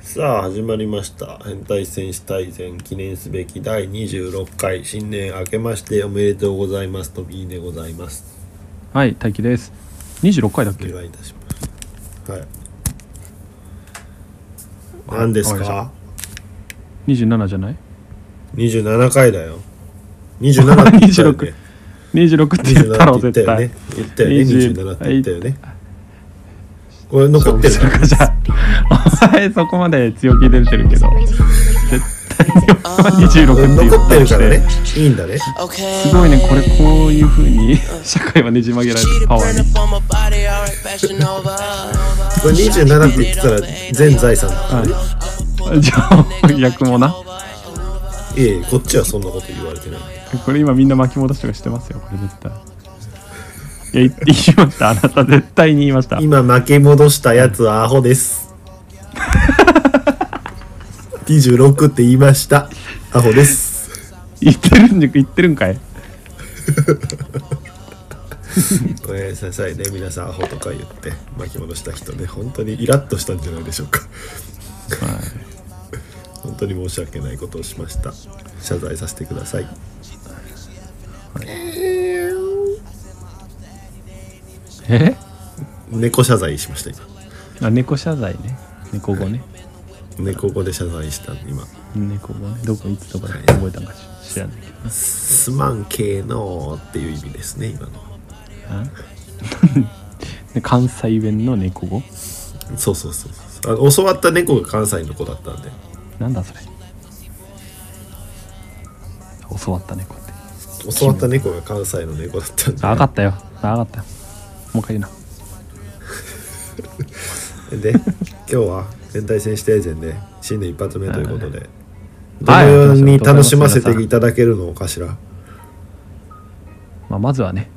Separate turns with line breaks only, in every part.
さあ始まりました変態戦士大全記念すべき第26回新年明けましておめでとうございますといいねございます
はい、大輝です。26回だっ
お
け
願いいたしますはい何ですか
?27 じゃない
27回だよ27って言ったよね
?26 って言ったろ、
27って言ったよ
絶対
ね。言ったよね27って言ったよねこれ残ってる
そっかじゃあお前そこまで強気出てるけど、絶対26って言
残ってるから
って
ねいいんだね
す
す
ごいね、これこういう風に社会はねじ曲げられるパワーに。
これ27って言ってたら全財産だ
はい。じゃあ、逆もな。
いえいえこっちはそんなこと言われてない
これ今みんな巻き戻しとかしてますよ、これ絶対。いや、言って言いました。あなた絶対に言いました。
今巻き戻したやつはアホです26って言いましたアホです
言ってるんじゃ、言ってるんかい
ごめんなさいね皆さんアホとか言って巻き戻した人ね本当にイラッとしたんじゃないでしょうか
はい。
本当に申し訳ないことをしました謝罪させてください、
え
猫謝罪しました今
あ猫謝罪ね猫語ね
猫語で謝罪した今
猫語ねどこいつとかで覚えたんかし知らないけどな
すまんけーのーっていう意味ですね今の
あで 関西弁の猫語
そうそうそうそうあ教わった猫が関西の子だったんで
なんだそれ教わった猫って
教わった猫が関西の猫だったんで
あ分かったよあ分かったよもう一回言うな
で今日は変態戦士定前で新年一発目ということで、どの
はい
ように楽しませていただけるのかしら
まあ、まずはね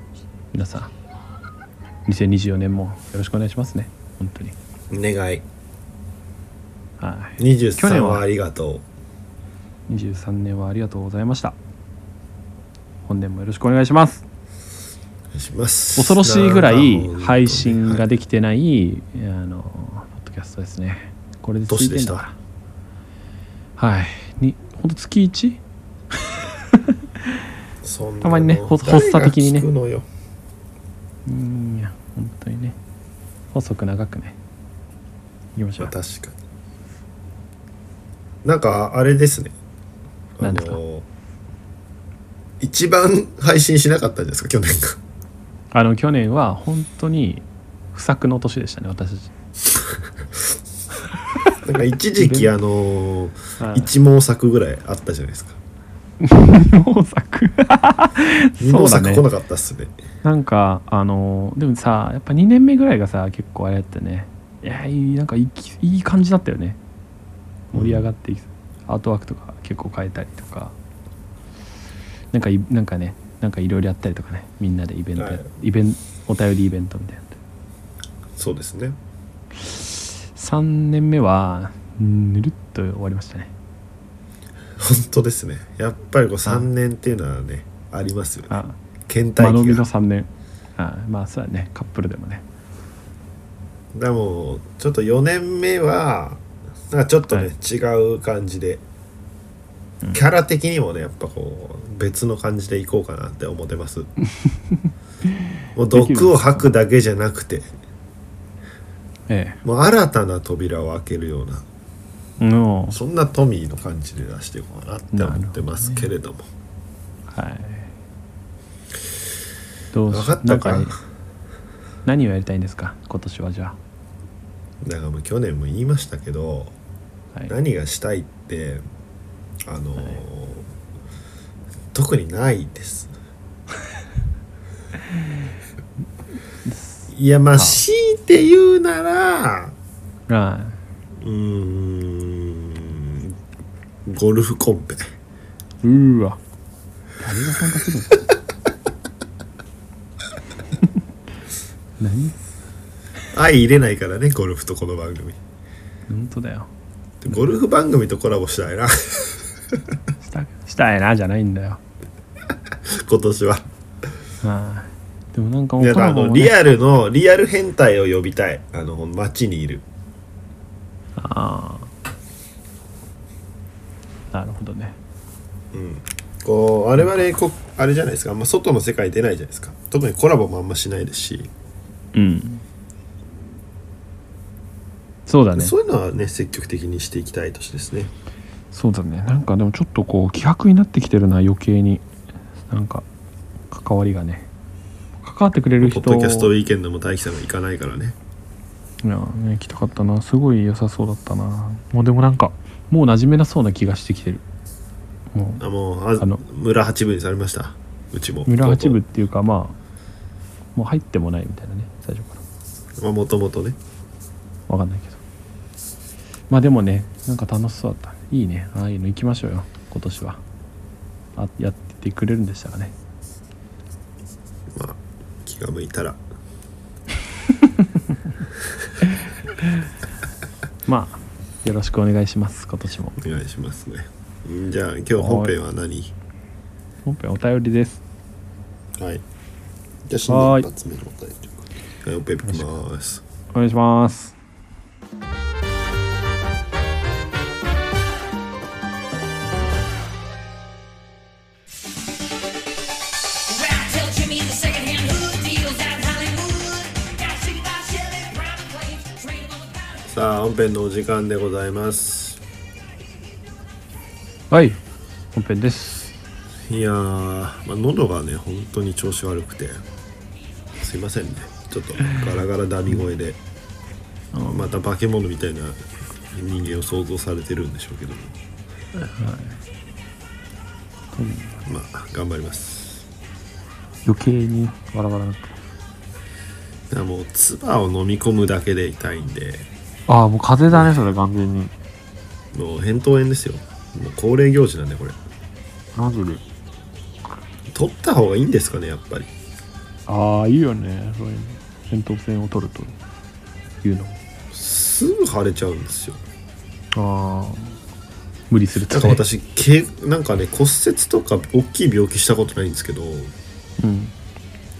皆さん2024年もよろしくお願いしますね本当に
願い
はい去
23
年
は
は
ありがと
23年はありがとうございました本年もよろしくお願いします
うします
恐ろしいぐらい配信
は
が
い
できてない、あのポッドキャストですねこれで続いてんだからはいにほんと月 1?
そんなの
たまにねほ発作的に
誰
ね
が聞くのよ
うーんいや本当にね細く長くねいきましょ
まあ
う
確かになんかあれですねあ
何ですか
の一番配信しなかったんじゃないですか去年が
あの去年は本当に不作の年でしたね私
なんか一時期あの
たち
一毛作ぐらいあったじゃないですか
農作
二
そ
毛作来な
うだね
かったっすね
なんかあのでもさやっぱ2年目ぐらいがさ結構あれやってねいやいいなんかいいいい感じだったよね盛り上がっていきアートワークとか結構変えたりとかなんかいなんかねなんかいろいろやったりとかねみんなでイベントや、
はい
イベンお便りイベントみたいな
そうですね
3年目はぬるっと終わりましたね
本当ですねやっぱりこう3年っていうのはねありますよね
あ
倦
間
怠
延
期
びの
が
3年あまあそうだねカップルでもね
でもちょっと4年目はなんかちょっとね、
はい
違う感じで
うん
キャラ的にもねやっぱこう別の感じでいこうかなって思ってます もう毒を吐くだけじゃなくて
え
もう新たな扉を開けるような
えもう
そんなトミーの感じで出していこうかなって思ってますけれども
はい。どうし
分かったか
な
なん
何をやりたいんですか今年はじゃ
なんかもう去年も言いましたけど
あ。はい。
何がしたいってあのー特にないですいやまあ
あ
強いて言うなら
あ
うーんゴルフコンペ
うー わ。誰が参加するんですか何
相入れないからねゴルフとこの番組
本当だよ。
でゴルフ番組とコラボしたい な
したしたいなじゃないんだよ。
今年は
はい。でもなんかも
いうや
コ
あ
ラボ
の
も、
リ
ね、
アルのリアル変態を呼びたいあの街にいる
ああなるほどね
うん、こう我々こあれじゃないですか、まあんま外の世界出ないじゃないですか特にコラボもあんましないですし、
うんそうだね
そういうのはね積極的にしていきたい年ですね
そうだねなんかでもちょっとこう希薄になってきてるな余計になんか関わりがね関わってくれる
ポ
人
ッドキャストウィーケンドも大樹さんが行かないからね
いやね来たかったなすごい良さそうだったなもうでもなんかもう馴染めなそうな気がしてきてるも
あもうあ
あの
村八分にされましたうちも
う村八部っ
と
ていうかまあもう入ってもないみたいなね最初か
う
ら
とうまあもともとね
わかんないけどまあでもねなんか楽しそうだったいいねああいうの行きましょうよ今年はあやってくれるんでしたらね
まあ気が向いたら
まあよろしくお願いします今年も
お願いしますねうんじゃあ今日本編は何
本編お便りです
はいじゃあ新年一発目のお便りということではいおっぺいきます
お願いします
さあ本編のお時間でございます
はい本編です
いやー、まあ、喉がね本当に調子悪くてすいませんねちょっとガラガラダミ声でまた化け物みたいな人間を想像されてるんでしょうけどまあ頑張ります
余計にバラバラになってる
だからもう唾を飲み込むだけで痛いんで
ああもう風邪だねそれ完全に
もう扁桃炎ですよもう恒例行事なんでこれ
マジで
取った方がいいんですかねやっぱり
ああいいよねそういうの戦闘戦を取るというの
すぐ腫れちゃうんですよ
ああ無理すると
なんか私けなんかね骨折とか大きい病気したことないんですけど
うん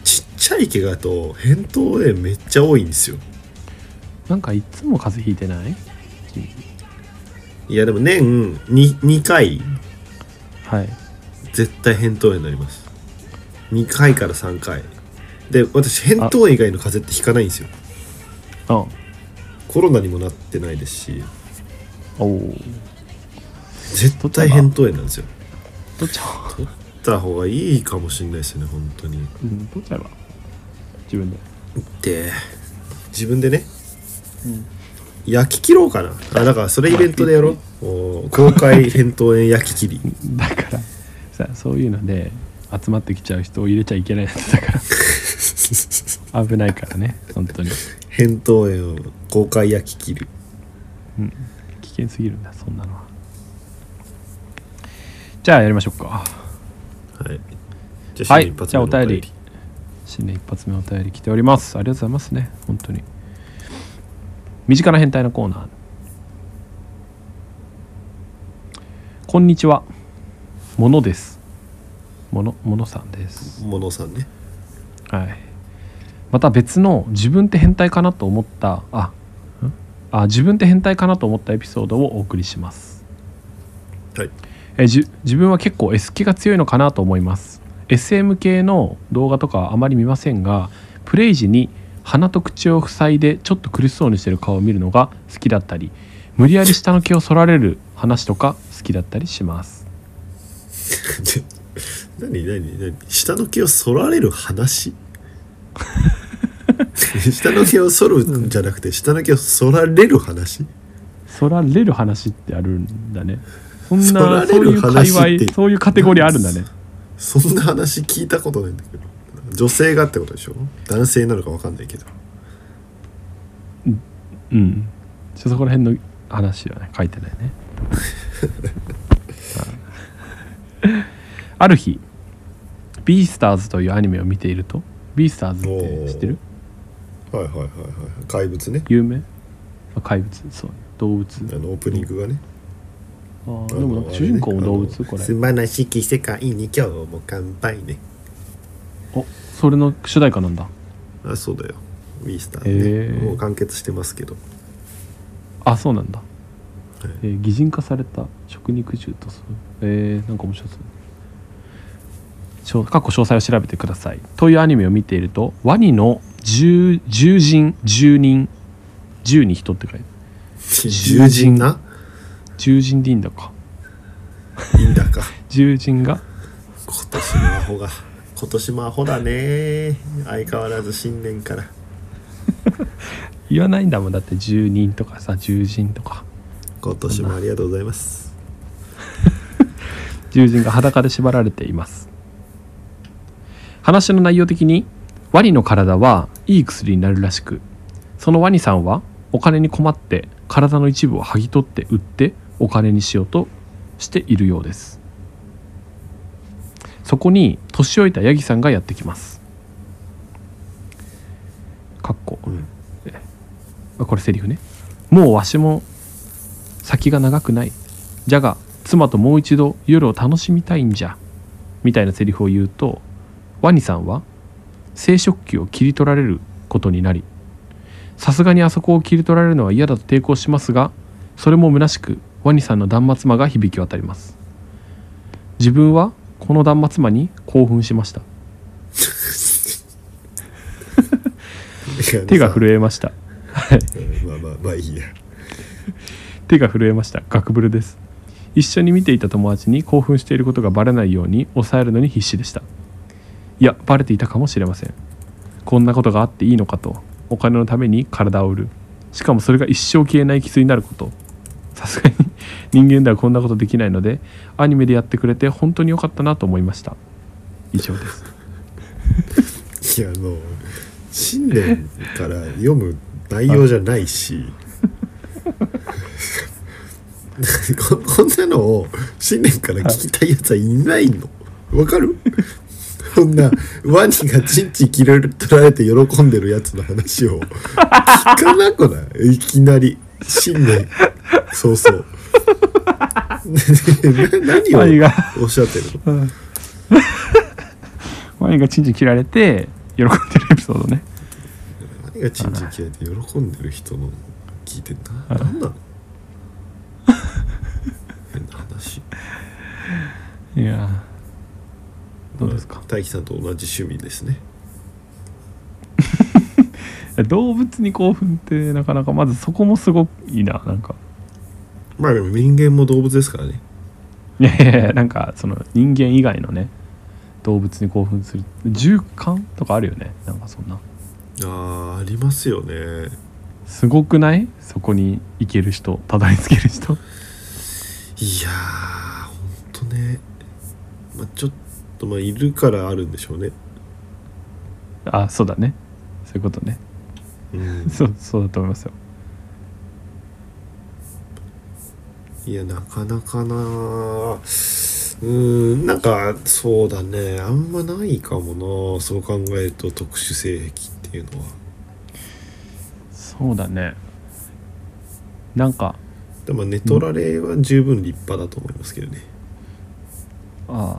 ちっちゃい怪我と扁桃炎めっちゃ多いんですよ
なんかいつも風邪ひいてない
いやでも年 2, 2回
はい
絶対扁桃炎になります2回から3回で私扁桃炎以外の風邪ってひかないんですよ
あ
コロナにもなってないですし
おお
絶対扁桃炎なんですよ
どっちゃ
打った方がいいかもしれないですよね本当に
うんどっちゃえば自分で
で自分でね
うん
焼き切ろうかなあだからそれイベントでやろうもう公開扁桃炎焼き切り
だからさそういうので集まってきちゃう人を入れちゃいけないやつだから危ないからね本当に
扁桃炎を公開焼き切る
危険すぎるんだそんなのはじゃあやりましょうか
はい。じ
は
新
い
年一発目の
じゃあお便り新年一発目お便り来ておりますありがとうございますね本当に身近な変態のコーナーこんにちはものですものものさんです
ものさんね。
はい、また別の自分って変態かなと思ったあんあ自分って変態かなと思ったエピソードをお送りします
はい。
えじ自分は結構 S 気が強いのかなと思います SM 系の動画とかはあまり見ませんがプレイ時に鼻と口を塞いでちょっと苦しそうにしてる顔を見るのが好きだったり無理やり下の毛を剃られる話とか好きだったりします
何何何下の毛を剃られる 話下の毛を剃るんじゃなくて下の毛を剃られる話
剃られる話ってあるんだねそん
剃ら
な
れ
そうい
る
う
話って
界隈そういうカテゴリーあるんだね
そんな話聞いたことないんだけど女性がってことでしょ男性なのかわかんないけど
うんちょっとそこら辺の話はね書いてないね ある日「ビースターズ」というアニメを見ているとビースターズって知ってる
はいはいはいはい怪物ね
有名あ怪物そう動物
あのオープニングがね
あーでもなんか主人公も動物これ
すまなしき世界に今日も乾杯ね
おそれの主題歌なんだ
あそうだよウィースター
へ
ね
ー
もう完結してますけど
あそうなんだえー擬人化された食肉獣とそうえー、なんか面白そうしょ過去詳細を調べてくださいというアニメを見ているとワニの獣獣人獣人獣に人って書いてあ
獣人な
る獣人でいいんだか
いいんだか
獣人が
今年もアホが今年もアホだね相変わらず新年から
言わないんだもんだって獣人とかさ獣人とか
今年もありがとうございます
獣人が裸で縛られています話の内容的にワニの体はいい薬になるらしくそのワニさんはお金に困って体の一部を剥ぎ取って売ってお金にしようとしているようですそこに年老いたヤギさんがやってきますかっこ
うん
あこれセリフねもうわしも先が長くないじゃが妻ともう一度夜を楽しみたいんじゃみたいなセリフを言うとワニさんは生殖器を切り取られることになりさすがにあそこを切り取られるのは嫌だと抵抗しますがそれも虚しくワニさんの断末魔が響き渡ります自分はこの断末魔に興奮しました手が
え
震えました
まあまあまあいいや
手が震えましたガクブルです一緒に見ていた友達に興奮していることがバレないように抑えるのに必死でしたいやバレていたかもしれませんこんなことがあっていいのかとお金のために体を売るしかもそれが一生消えない傷になることさすがに人間ではこんなことできないのでアニメでやってくれて本当に良かったなと思いました以上です
いやあの新年から読む内容じゃないし ここんなのを新年から聞きたいやつはいないのわかるそんなワニがチンチン切られ取られて喜んでるやつの話を聞かなくないいきなり新年そうそう 何
ワニ
を
が
おっしゃってるの
ワニがチンチン切られて喜んでるエピソードね
何がチンチン切れて喜んでる人の聞いてんだ何なの変な話
いやどうですか
まあ大樹さんと同じ趣味ですね
動物に興奮ってなかなかまずそこもすごくいいななんか
まあでも人間も動物ですからね
いやいやいや なんかその人間以外のね動物に興奮する銃感とかあるよねなんかそんな
あーありますよね
すごくないそこに行ける人たどり着ける 人
いやーほんとね、まあ、ちょっとまあいるからあるんでしょうね
あそうだねそういうことね
うん
そうそうだと思いますよ
いやなかなかなうーんなんかそうだねあんまないかもなそう考えると特殊性癖っていうのは
そうだねなんか
でも寝取られは十分立派だと思いますけどね、
あ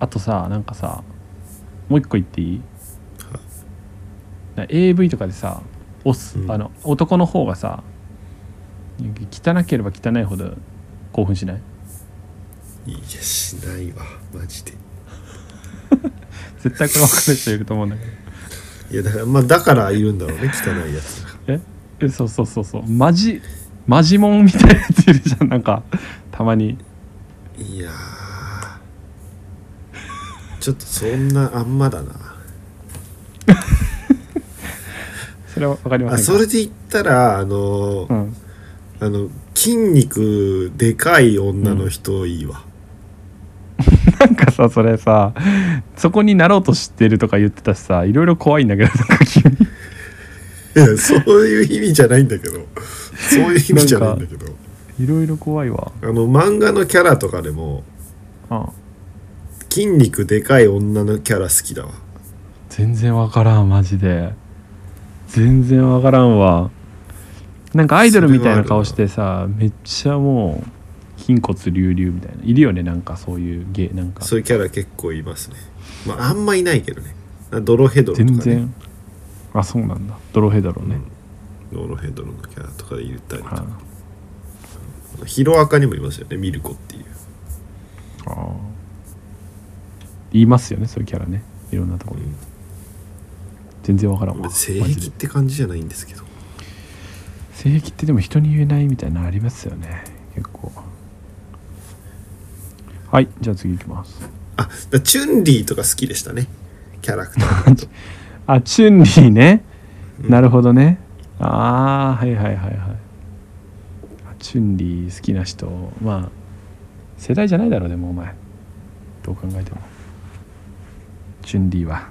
ああとさなんかさもう一個言っていい
はい
な AV とかでさオス、
うん
あの男の方がさ汚ければ汚いほど興奮しない
いやしないわマジで
絶対これ分かる人いると思うんだけど
いやだからまあだからいるんだろうね汚いやつが
ええそうそうそうそうマジマジモンみたいなやついるじゃんなんかたまに
いやーちょっとそんなあんまだな
それは分かりま
あ
せん
そ
か
れで言ったらあの
う
ー
ん
あの筋肉でかい女の人いいわ、
なんかさそれさそこになろうとしてるとか言ってたしさいろいろ怖いんだけどなんか君
いやそういう意味じゃないんだけどそういう意味じゃないんだけど
いろいろ怖いわ
あの漫画のキャラとかでも
ああ
筋肉でかい女のキャラ好きだわ
全然わからんマジで全然わからんわなんかアイドルみたいな顔してさめっちゃもう筋骨隆々みたいないるよねなんかそういう芸なんか
そういうキャラ結構いますね。まあ、あんまいないけどね。あドロヘドロとか、ね。
全然あそうなんだドロヘドロね、
ドロヘドロのキャラとかで言ったりと
は
か。
い
ヒロアカにもいますよねミルコっていう
ああ言いますよねそういうキャラねいろんなところに、
うん
全然わからんわ
まあ性
マ
癖
ジ
っ
で
て感じじゃないんですけど
性癖ってでも人に言えないみたいなのありますよね結構はいじゃあ次行きます
あだからチュンリーとか好きでしたねキャラクターだと
あチュンリーね、
うん
なるほどねああはいはいはいはいあチュンリー好きな人まあ世代じゃないだろうでもお前どう考えてもチュンリーは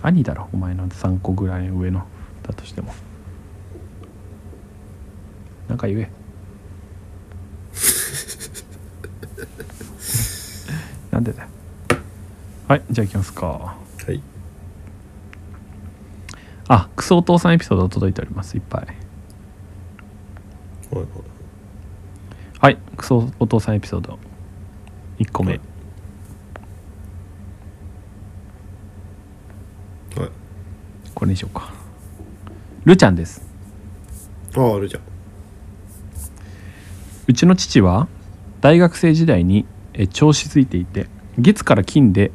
兄だろお前の3個ぐらい上のだとしてもなんか言 えなんでだよはいじゃあ行きますか
はい
あクソお父さんエピソード届いておりますいっぱい
はいはい
はいクソお父さんエピソード1個目、
はいはい
これにしようかルちゃんです
あああれじゃん
うちの父は大学生時代にえ調子づいていて月から金で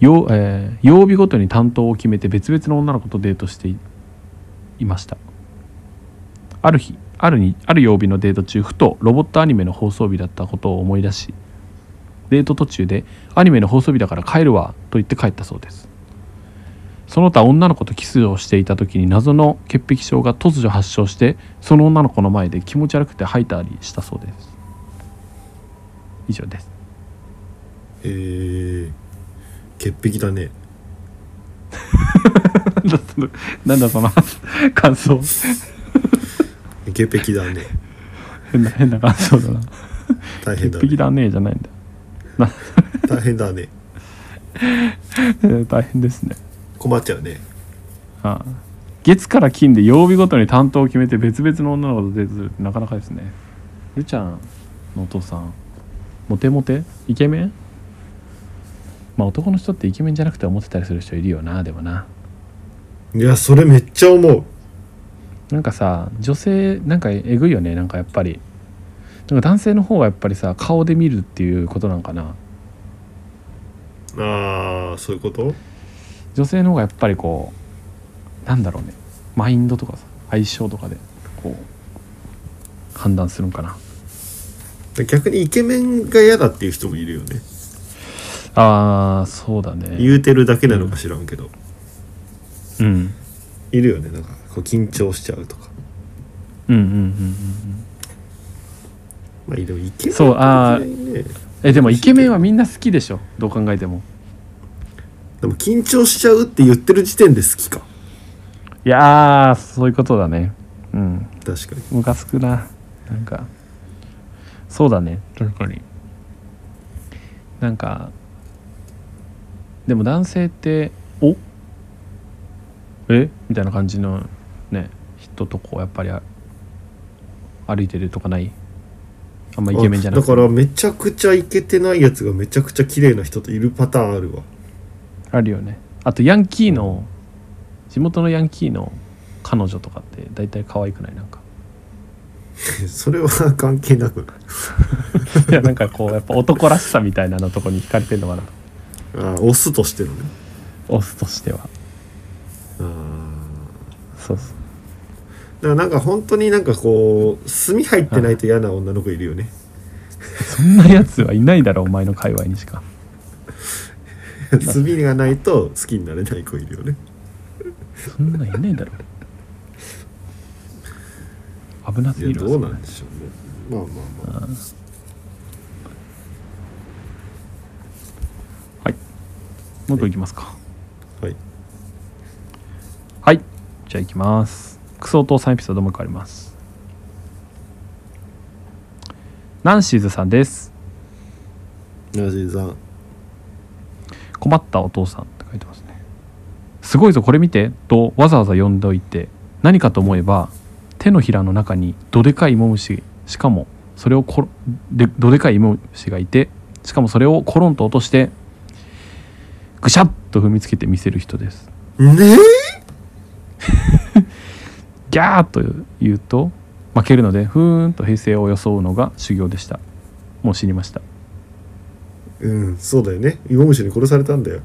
曜,、えー曜日ごとに担当を決めて別々の女の子とデートしていいましたある日あるにある曜日のデート中ふとロボットアニメの放送日だったことを思い出しデート途中で「アニメの放送日だから帰るわ」と言って帰ったそうですその他女の子とキスをしていた時に謎の潔癖症が突如発症してその女の子の前で気持ち悪くて吐いたりしたそうです以上です
えー、潔癖だね
なんだそのなんだその感想
潔癖だね
変な変な感想だな
大変だね
潔癖だねじゃないんだ
大変だね
えー大変ですね
困っちゃうね
ああ月から金で曜日ごとに担当を決めて別々の女の子とデートするってなかなかですねるちゃんのお父さんモテモテイケメンまあ男の人ってイケメンじゃなくて思ってたりする人いるよなでもない
やそれめっちゃ思う
なんかさ女性なんかえぐいよねなんかやっぱりなんか男性の方がやっぱりさ顔で見るっていうことなんかな
ああそういうこと
女性の方がやっぱりこうなんだろうねマインドとかさ相性とかでこう判断するんかな
逆にイケメンが嫌だっていう人もいるよね
あーそうだね
言うてるだけなのか知らんけど、
うんうん
いるよねなんかこう緊張しちゃうとか
うんうんうんうん
まあでもイケメン
そうあ
っ
ー
て別にね
えでもイケメンはみんな好きでしょどう考えても
でも緊張しちゃうって言ってる時点で好きか
いやーそういうことだねうん
確かに
ムカつくななんかそうだね確かになんかでも男性って「おえみたいな感じのね人とこうやっぱりあ歩いてるとかないあんまイケメンじゃな
あ
く
だ
て
からめちゃくちゃイケてないやつがめちゃくちゃ綺麗な人といるパターンあるわ
あるよねあとヤンキーの地元のヤンキーの彼女とかって大体可愛くないなんか
それは関係なくない
いやなんかこうやっぱ男らしさみたいなのとこに惹かれてるのかな
あーオスとしてのね
オスとしては
あー
そうそう
だからなんか本当になんかこう墨入ってないと嫌な女の子いるよね
そんなやつはいないだろお前の界隈にしか
墨がないと好きになれない子いるよね
そんなんいないだろ危なす
いや
ぎる
どう
わ
なんでしょうねまあまあまあ
もう一個いきますか
はい
はいじゃあいきますクソお父さんエピソードもう一個ありますナンシーズさんです
ナジさん
困ったお父さんって書いてますねすごいぞこれ見てとわざわざ呼んでおいて何かと思えば手のひらの中にどでかい芋虫しかもそれをころでどでかい芋虫がいてしかもそれをコロンと落としてぐしゃっと踏みつけて見せる人です
ね
ギャーと言うと負けるのでふーんと平成を装うのが修行でしたもう死にました
うんそうだよねイモムシに殺されたんだよ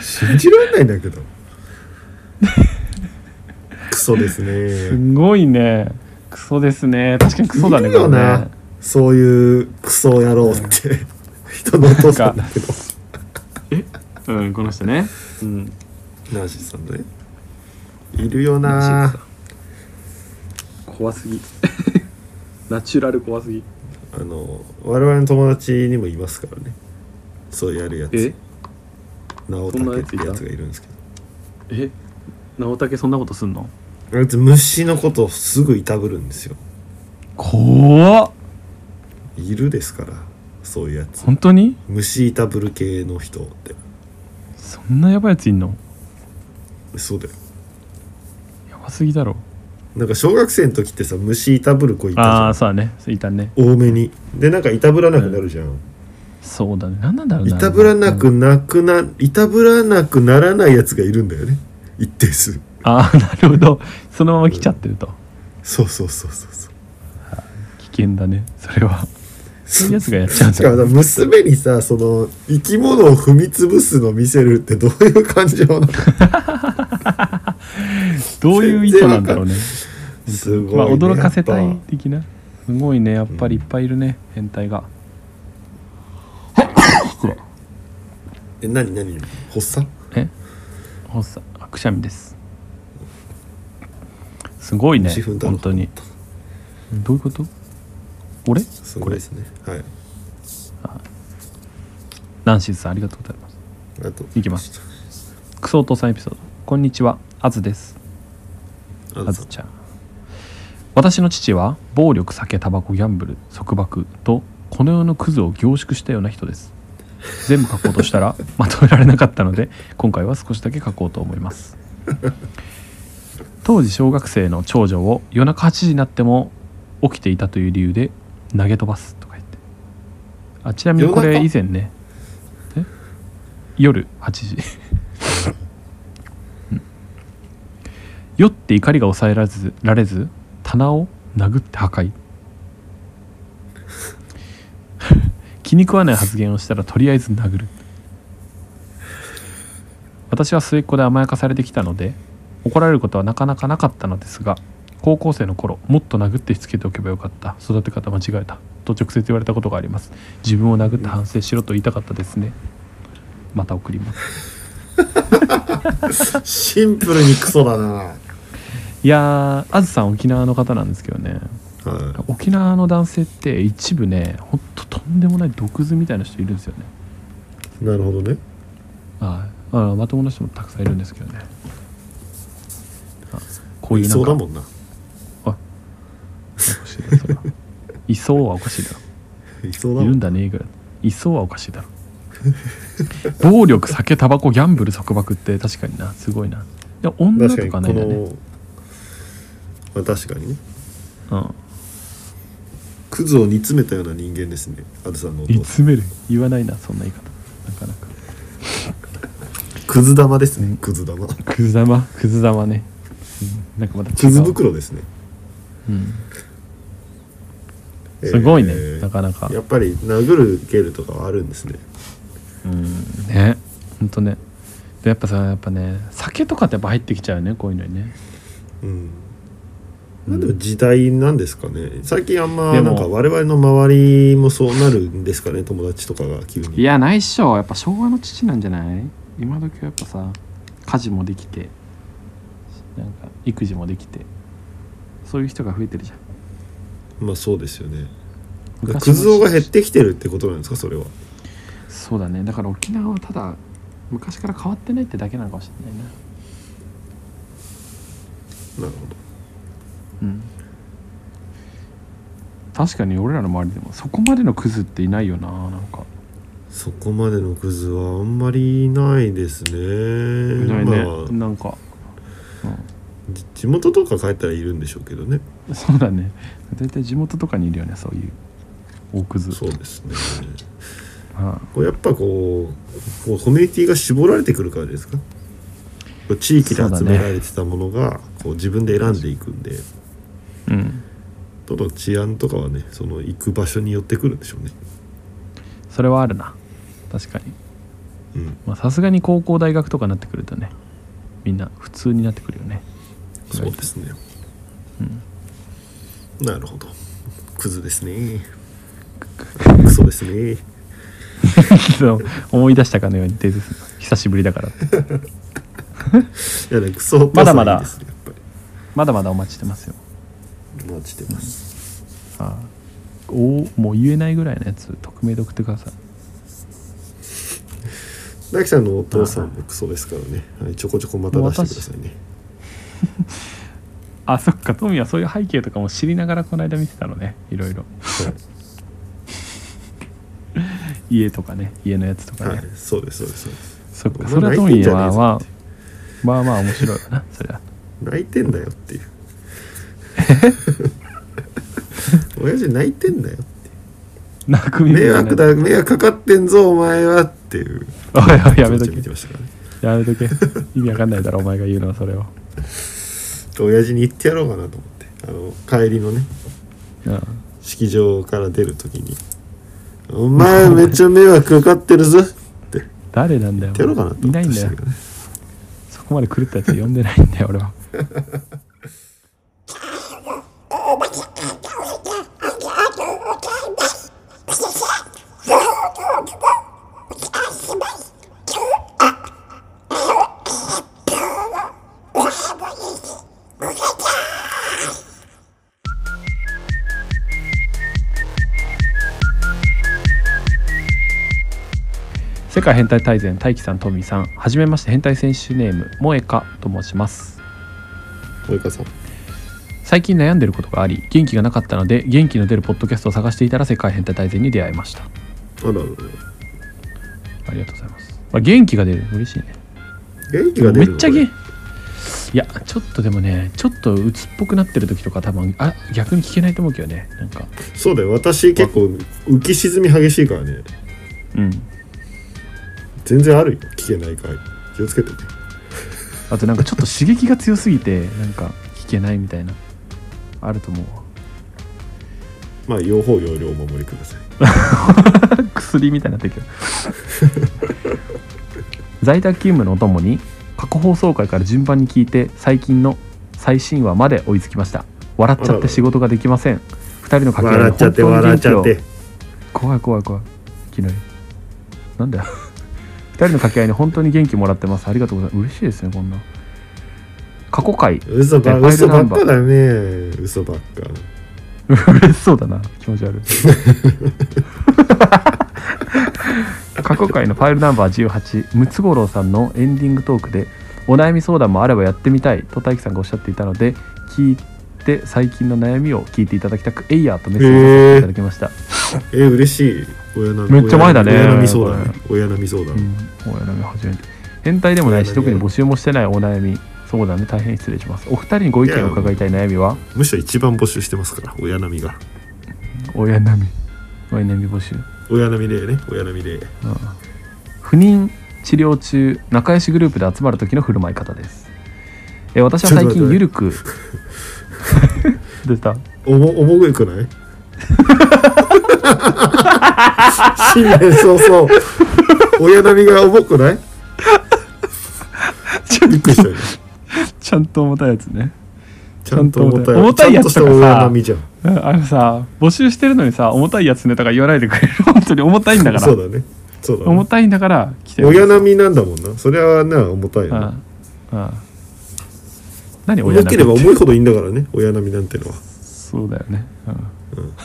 信じられないんだけどクソです
す
ね
ごいねクソですね確かにクソだね
いるよ
これ
な
ね
そういうクソ野郎って人のお父さんだけど
うんこの人ねうん
ナーシスさんねいるよな
怖すぎ ナチュラル怖すぎ
あの我々の友達にもいますからねそうやるやつ直
そんな
武
や
っ
つ
て
いた
やつがいるんですけど
え直武そんなことすんの
あいつ虫のことをすぐいたぶるんですよ
怖っ
いるですからそういうやつ
本当に
虫いたぶる系の人って
そんなやばいやついんの
そうだよ
やばすぎだろ
なんか小学生の時ってさ虫いたぶる子いたじ
あ
ゃ
あ
ん
そうだねいたね
多めにでなんかいたぶらなくなるじゃん、
そうだね何なんだろう
い
な
たぶらなくなくないたぶらなくならないやつがいるんだよね一定数
ああなるほどそのまま来ちゃってると、
そうそうそうそうそう
危険だねそれはそういうやつがやっちゃうん
し
だ
かもさ娘にさその生き物を踏み潰すの見せるってどういう感情なの
どういう意図なんだろうね
すごい、ね、
まあ驚かせた
やっ
い
ぱ
的なすごいねやっぱりいっぱいいるね、変態が
え何何発作
えほっさあくしゃみですすごいね
自分だろ
本当にどういうこと俺
すご
こ
い
れ
ですねはい
ナンシーズさんありがとうございます
あと
いきますクソお父さんエピソードこんにちはアズです
あ
あ
と
ずちゃん私の父は暴力酒タバコギャンブル束縛とこの世のクズを凝縮したような人です全部書こうとしたらまとめられなかったので今回は少しだけ書こうと思います当時小学生の長女を夜中8時になっても起きていたという理由で投げ飛ばすとか言ってあちなみにこ
夜
れ
中
以前ねえ夜8時酔って怒りが抑えられずられず棚を殴って破壊 気に食わない発言をしたらとりあえず殴る私は末っ子で甘やかされてきたので怒られることはなかなかなかったのですが高校生の頃もっと殴ってしつけておけばよかった育て方間違えたと直接言われたことがあります自分を殴って反省しろと言いたかったですねまた送ります
シンプルにクソだなはい
やーあずさん沖縄の方なんですけどね
い
沖縄の男性って一部ねほんととんでもない毒図みたいな人いるんですよね
なるほどね
はいあのまともな人もたくさんいるんですけどねあこういう
い
なん
そう
か
だもんな
おかしいなそれはいそうはおかしいだ
いそう
ろ
だ
い
も
る
ん
んだねぐらいいそうはおかしいだろ暴力酒タバコギャンブル束縛って確かになすごいなでも女
確
と
か
か
に
な
こ
いんだね、
の、まあ、確かにね
うん、
クズを煮詰めたような人間ですねアルさんのお父
煮
さん
詰める言わないなそんな言い方なかなか
クズ玉ですねクズ玉
クズ玉クズ玉ね、うんなんかまた違う
クズ袋ですね
うんすごいね、
えー
なかなか
やっぱり殴る蹴るとかはあるんですね
うんねほんとねでやっぱさやっぱね酒とかってやっぱ入ってきちゃうよねこういうのにね
うんまあでも時代なんですかね最近あんま
で
な
も
んか我々の周りもそうなるんですかね友達とかが急に
いやないっしょやっぱ昭和の父なんじゃない今時はやっぱさ家事もできてなんか育児もできてそういう人が増えてるじゃん
まあそうですよね
昔の
クズ男が減ってきてるってことなんですかそれは
そうだねだから沖縄はただ昔から変わってないってだけなのかもしれないな
なる
うん確かに俺らの周りでもそこまでのクズっていないよななんか
そこまでのクズはあんまりいないです
い
ね
ない
ま
ね
あ
なんか、
じ地元とか帰ったらいるんでしょうけどね
うん、そうだね大体地元とかにいるよねそういう大クズ
そうですね
は
こうやっぱこうこうコミュニティが絞られてくるからですかこう地域で
そうだ
集
ね
められてたものがこう自分で選んでいくんで
うん
どの治安とかはねその行く場所によってくるんでしょうね
それはあるな確かに
うん
まあさすがに高校大学とかになってくるとねみんな普通になってくるよね
そうですねなるほどクズですねクソですね
そう思い出したかのように伝説の久しぶりだからって
いやねクソお父さ
まだ
ん
まだ
いいですねやっぱ
まだまだお待ちしてますよ
りマジでます
ああおもう言えないぐらいのやつ匿名で送ってください
大樹さんのお父さんもクソですからね、はい、ちょこちょこまた出してくださいね
あそっかトミーはそういう背景とかも知りながらこの間見てたのねいろいろ家とかね家のやつとか
はい、
ね、
はい、そうですそうですそうです
そっか
そ
そ
んな
れはト
泣いてん
ミ
じゃ
ー
ねえ
は
ぞ
まあまあまあ面白いよなそれは
泣いてんだよっていう親父泣いてんだよ
泣く耳
迷
がない
惑だ迷惑かかってんぞお前はっていう
おいおいやめと
気持ちで見て
け
ましたからね
やめとけ意味わかんないだろお前が言うのはそれを
親父に言ってやろうかなと思ってあの帰りのね
うん
式場から出る時に「お前めっちゃ迷惑かかってるぞ」って言っ
誰なんだよ
てやろうかなと
い
思
な
っ
い
て
ん
まし
だ
た
よ
けどね
そこまで狂ったやつ呼んでないんだよ俺は世界変態大全大樹さんトミーさんはじめまして変態選手ネーム萌えかと申します
及川さん
最近悩んでることがあり元気がなかったので元気の出るポッドキャストを探していたら世界変態大全に出会いました
あららら
ありがとうございます、まあ、元気が出る嬉しいね
元気が出
め
るの
っちゃ
これ
元いやちょっとでもねちょっと鬱っぽくなってる時とか多分あ逆に聞けないと思うけどねなんか
そうだよ私結構浮き沈み激しいからね
うん
全然あるよ聞けないから気をつけてね
あとなんかちょっと刺激が強すぎてなんか聞けないみたいなあると思うわ
まあ用法用量お守りください
薬みたいにな ってるけど在宅勤務のお供に過去放送回から順番に聞いて最近の最新話まで追いつきました笑っちゃって仕事ができません二人の掛け合
笑
いに
っちゃっ
本
て
当に
笑っ
元
ち
気
ゃ
を
って
怖い怖い怖いいきなりなんだよ二人の掛け合いに本当に元気もらってますありがとうございます嬉しいですねこんな過去回
嘘ば
ねファイ
嘘
ル
ば
ナ
っ
ンバー
かだね嘘ばっか
嬉しそうだな気持 ち悪い過去回のファイルナンバー18ムツゴロウさんのエンディングトークでお悩み相談もあればやってみたいと大樹さんがおっしゃっていたので聞いて最近の悩みを聞いていただきたくえいやーとメッセージをさせていただきました、
えー嬉しい親な
めっちゃ前だね
親並み相談ね親並み相談、
うん、お悩み初めて変態でもないし
お悩み
特に募集もしてないお悩み相談で大変失礼しますお二人にご意見を伺いたい悩みは
むしろ一番募集してますから親並みが
親並み親並み募集
親並みでね親並みで
不妊治療中仲良しグループで集まる時の振る舞い方ですえ私は
ち
最
ょっ
近
と待って
ゆるく 出た
おもおもぐいくない新年早々親並みが重くないびっくりしたよね
ちゃんと重たいやつね
ちゃんと重たい
重たいやつ
ちゃ
と
んとした
かさ
親並みじゃん
あのさ募集してるのにさ重たいやつねとか言わないでくれる 本当に重たいんだから
そうだねそうだ
重
ね
たいんだから来てる
親並みなんだもんなそれはな重たいよ
う
なん
うん何親
重
並
けれ
み
ば重いほどいいんだからね親並みなんてのは
そうだよね、うん
うん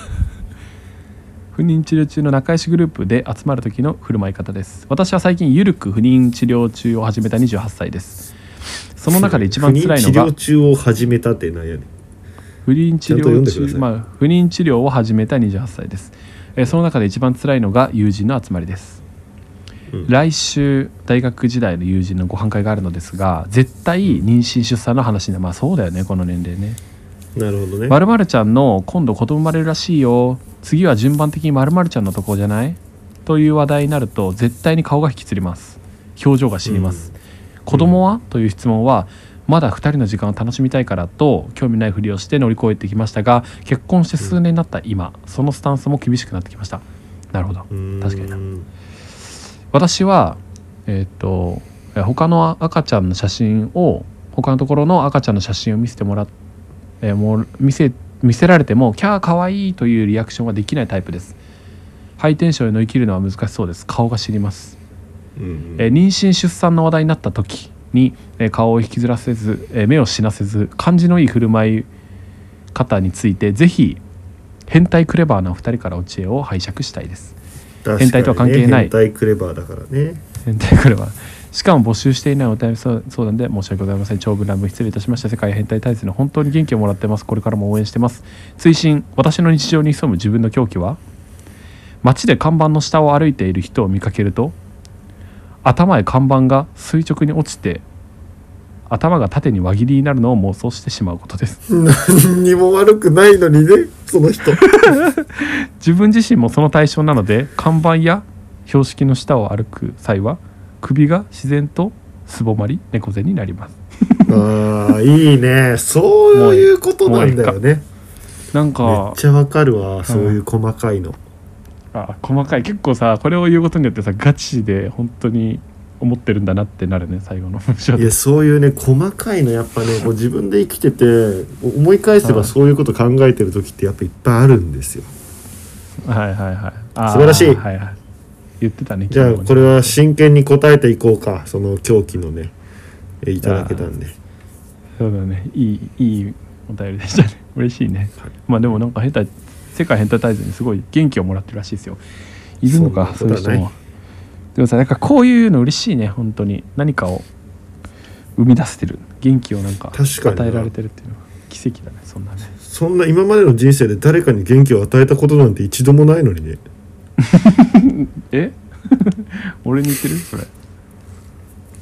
不妊治療中の仲良しグループで集まる時の振る舞い方です私は最近ゆるく不妊治療中を始めた28歳ですその中で一番辛いのが
不妊治療中を始めたってなんやねん
不妊治
ちゃんと読ん
療
でください
中、まあ、不妊治療を始めた28歳ですえーその中で一番辛いのが友人の集まりです、
うん
来週大学時代の友人のご飯会があるのですが絶対妊娠出産の話でまあそうだよねこの年齢ね
なるほどね
まるまるちゃんの今度子供生まれるらしいよ次は順番的にまるまるちゃんのとこじゃないという話題になると絶対に顔が引きつります表情が死にます、子供は、という質問はまだ2人の時間を楽しみたいからと興味ないふりをして乗り越えてきましたが結婚して数年になった今、そのスタンスも厳しくなってきましたなるほど確かにな
に
私はえーっとえ他の赤ちゃんの写真を他のところの赤ちゃんの写真を見せてもらっえーもう見せ見せられても「キャーかわいい」というリアクションができないタイプですハイテンションへ乗り切るのは難しそうです顔が知ります
うん
えー妊娠出産の話題になった時に、えー顔を引きずらせず、えー目を死なせず感じのいい振る舞い方についてぜひ変態クレバーなお二人からお知恵を拝借したいです
確かにね
変態とは関係ない
変態クレバーだからね
変態クレバーしかも募集していないお便り相相談で申し訳ございません長文乱文失礼いたしました世界変態体制の本当に元気をもらってますこれからも応援してます追伸私の日常に潜む自分の狂気は街で看板の下を歩いている人を見かけると頭へ看板が垂直に落ちて頭が縦に輪切りになるのを妄想してしまうことです
何にも悪くないのにねその 人
自分自身もその対象なので看板や標識の下を歩く際は首が自然とすぼまり猫背になります
ああいいねそういうことなんだよね
なん
めっ
か
ちゃわかるわそういう細かいの
あ細かい結構さこれを言うことによってさガチで本当に思ってるんだなってなるね最後の文章
い
で
やそういうね細かいのやっぱねこう自分で生きてて思い返せ
はい
ばそういうこと考えてる時ってやっぱいっぱいあるんですよ
はいはいはいあー
素晴らしい
はいはい、言ってたね
じゃあ
昨日ね
これは真剣に答えていこうかその狂気のねえいただけたんで
そうだねいいいいお便りでしたね 嬉しいね、
はい
まあでもなんか変態世界変態大全にすごい元気をもらってるらしいですよいるのか
そ
そ
ん
うい
な
う
こと
人
はない
もでもさなんかこういうの嬉しいね本当に何かを生み出してる元気をなんか
確かにな
与えられてるっていうのは奇跡だねそんなね
そんな今までの人生で誰かに元気を与えたことなんて一度もないのにね
え 俺に言ってるそれ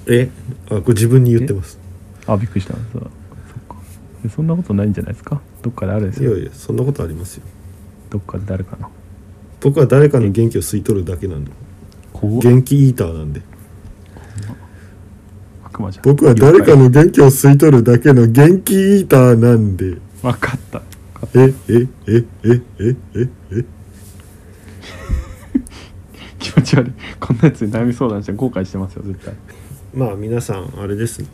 えあこれ自分に言ってます
あびっくりしたそうそっかえそんなことないんじゃないですかどっかであるんです
い
よ
やいやそんなことありますよ
どっかで誰かな
僕は誰かの元気を吸い取るだけなんで
こう
元気イーターなんで
悪魔じゃん
僕は誰かの元気を吸い取るだけの元気イーターなんで
分かった
えええええええ
気持ち悪いこんなやつに悩み相談して後悔してますよ絶対
まあ皆さんあれですね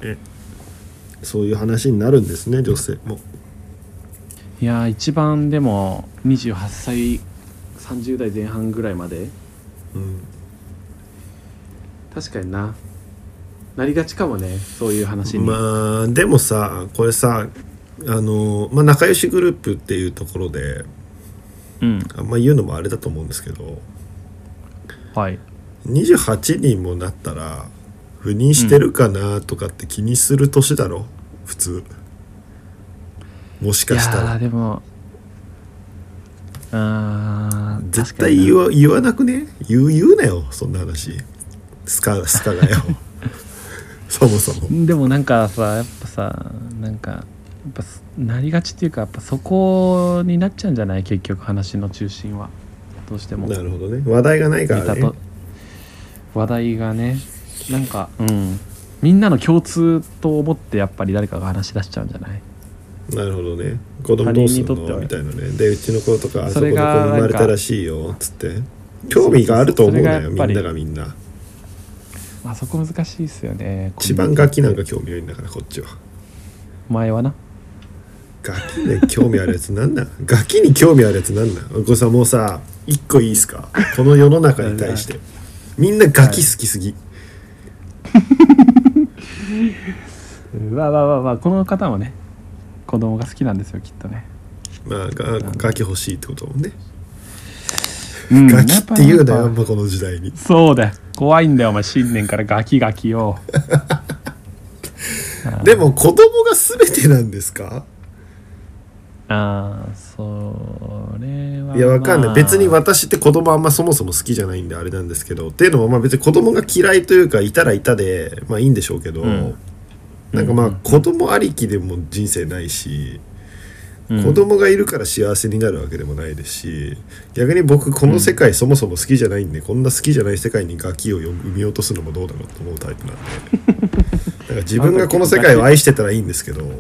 そういう話になるんですね女性も
いやー一番でも28歳30代前半ぐらいまで
うん
確かにななりがちかもねそういう話に、
まあでもさこれさあの、まあ、仲良しグループっていうところで
うん
あんま言うのもあれだと思うんですけど
はい
28人もなったら不妊してるかなとかって気にする年だろ普通もし
い
か
や
した
ー
ら
でもあー
絶
確か
対
にな
言わ言わなくね言う言うなよそんな話スカスカが よそもそも
でもなんかさやっぱさなんかやっぱすなりがちっていうかやっぱそこになっちゃうんじゃない結局話の中心はどうしても
なるほどね話題がないから
ネタ
ね
と話題がねなんかうんみんなの共通と思ってやっぱり誰かが話し出しちゃうんじゃない
なるほどね子供どうすん
他人にとって
の
は
みたいなねでうちの子とかあそ
そ
この
れ
子
が
生まれたらしいよつって興味があると思うなよ
それ
み
がやっぱり
んながみんな
まあそこ難しいっすよね
一番ガキなんか興味ないんだからこっちは
前はな
ガキで興味あるやつなんなんガキに興味あるやつなんなんお子さんもうさ一個いいっすかこの世の中に対してみんなガキ好きすぎ、
うわわわわこの方もね子供が好きなんですよきっとね、
まあがガキ欲しいってことだもんね、
うん
ガキって言うな
や
よあん
ぱ
まこの時代に
そうだよ怖いんだよお前新年からガキガキよ
でも子供が全てなんですか
ああそれは、
いやわかんない、
まあ
別に私って子供あんまそもそも好きじゃないんであれなんですけどっていうのもまあ別に子供が嫌いというかいたらいたでまあいいんでしょうけど、
ん
なんかまあ子供ありきでも人生ないし、
うん
子供がいるから幸せになるわけでもないですし逆に僕この世界そもそも好きじゃ ないんで、こんな好きじゃない世界にガキを生み落とすのもどうだろうと思うタイプなんでか自分がこの世界を愛してたらいいんですけど
はい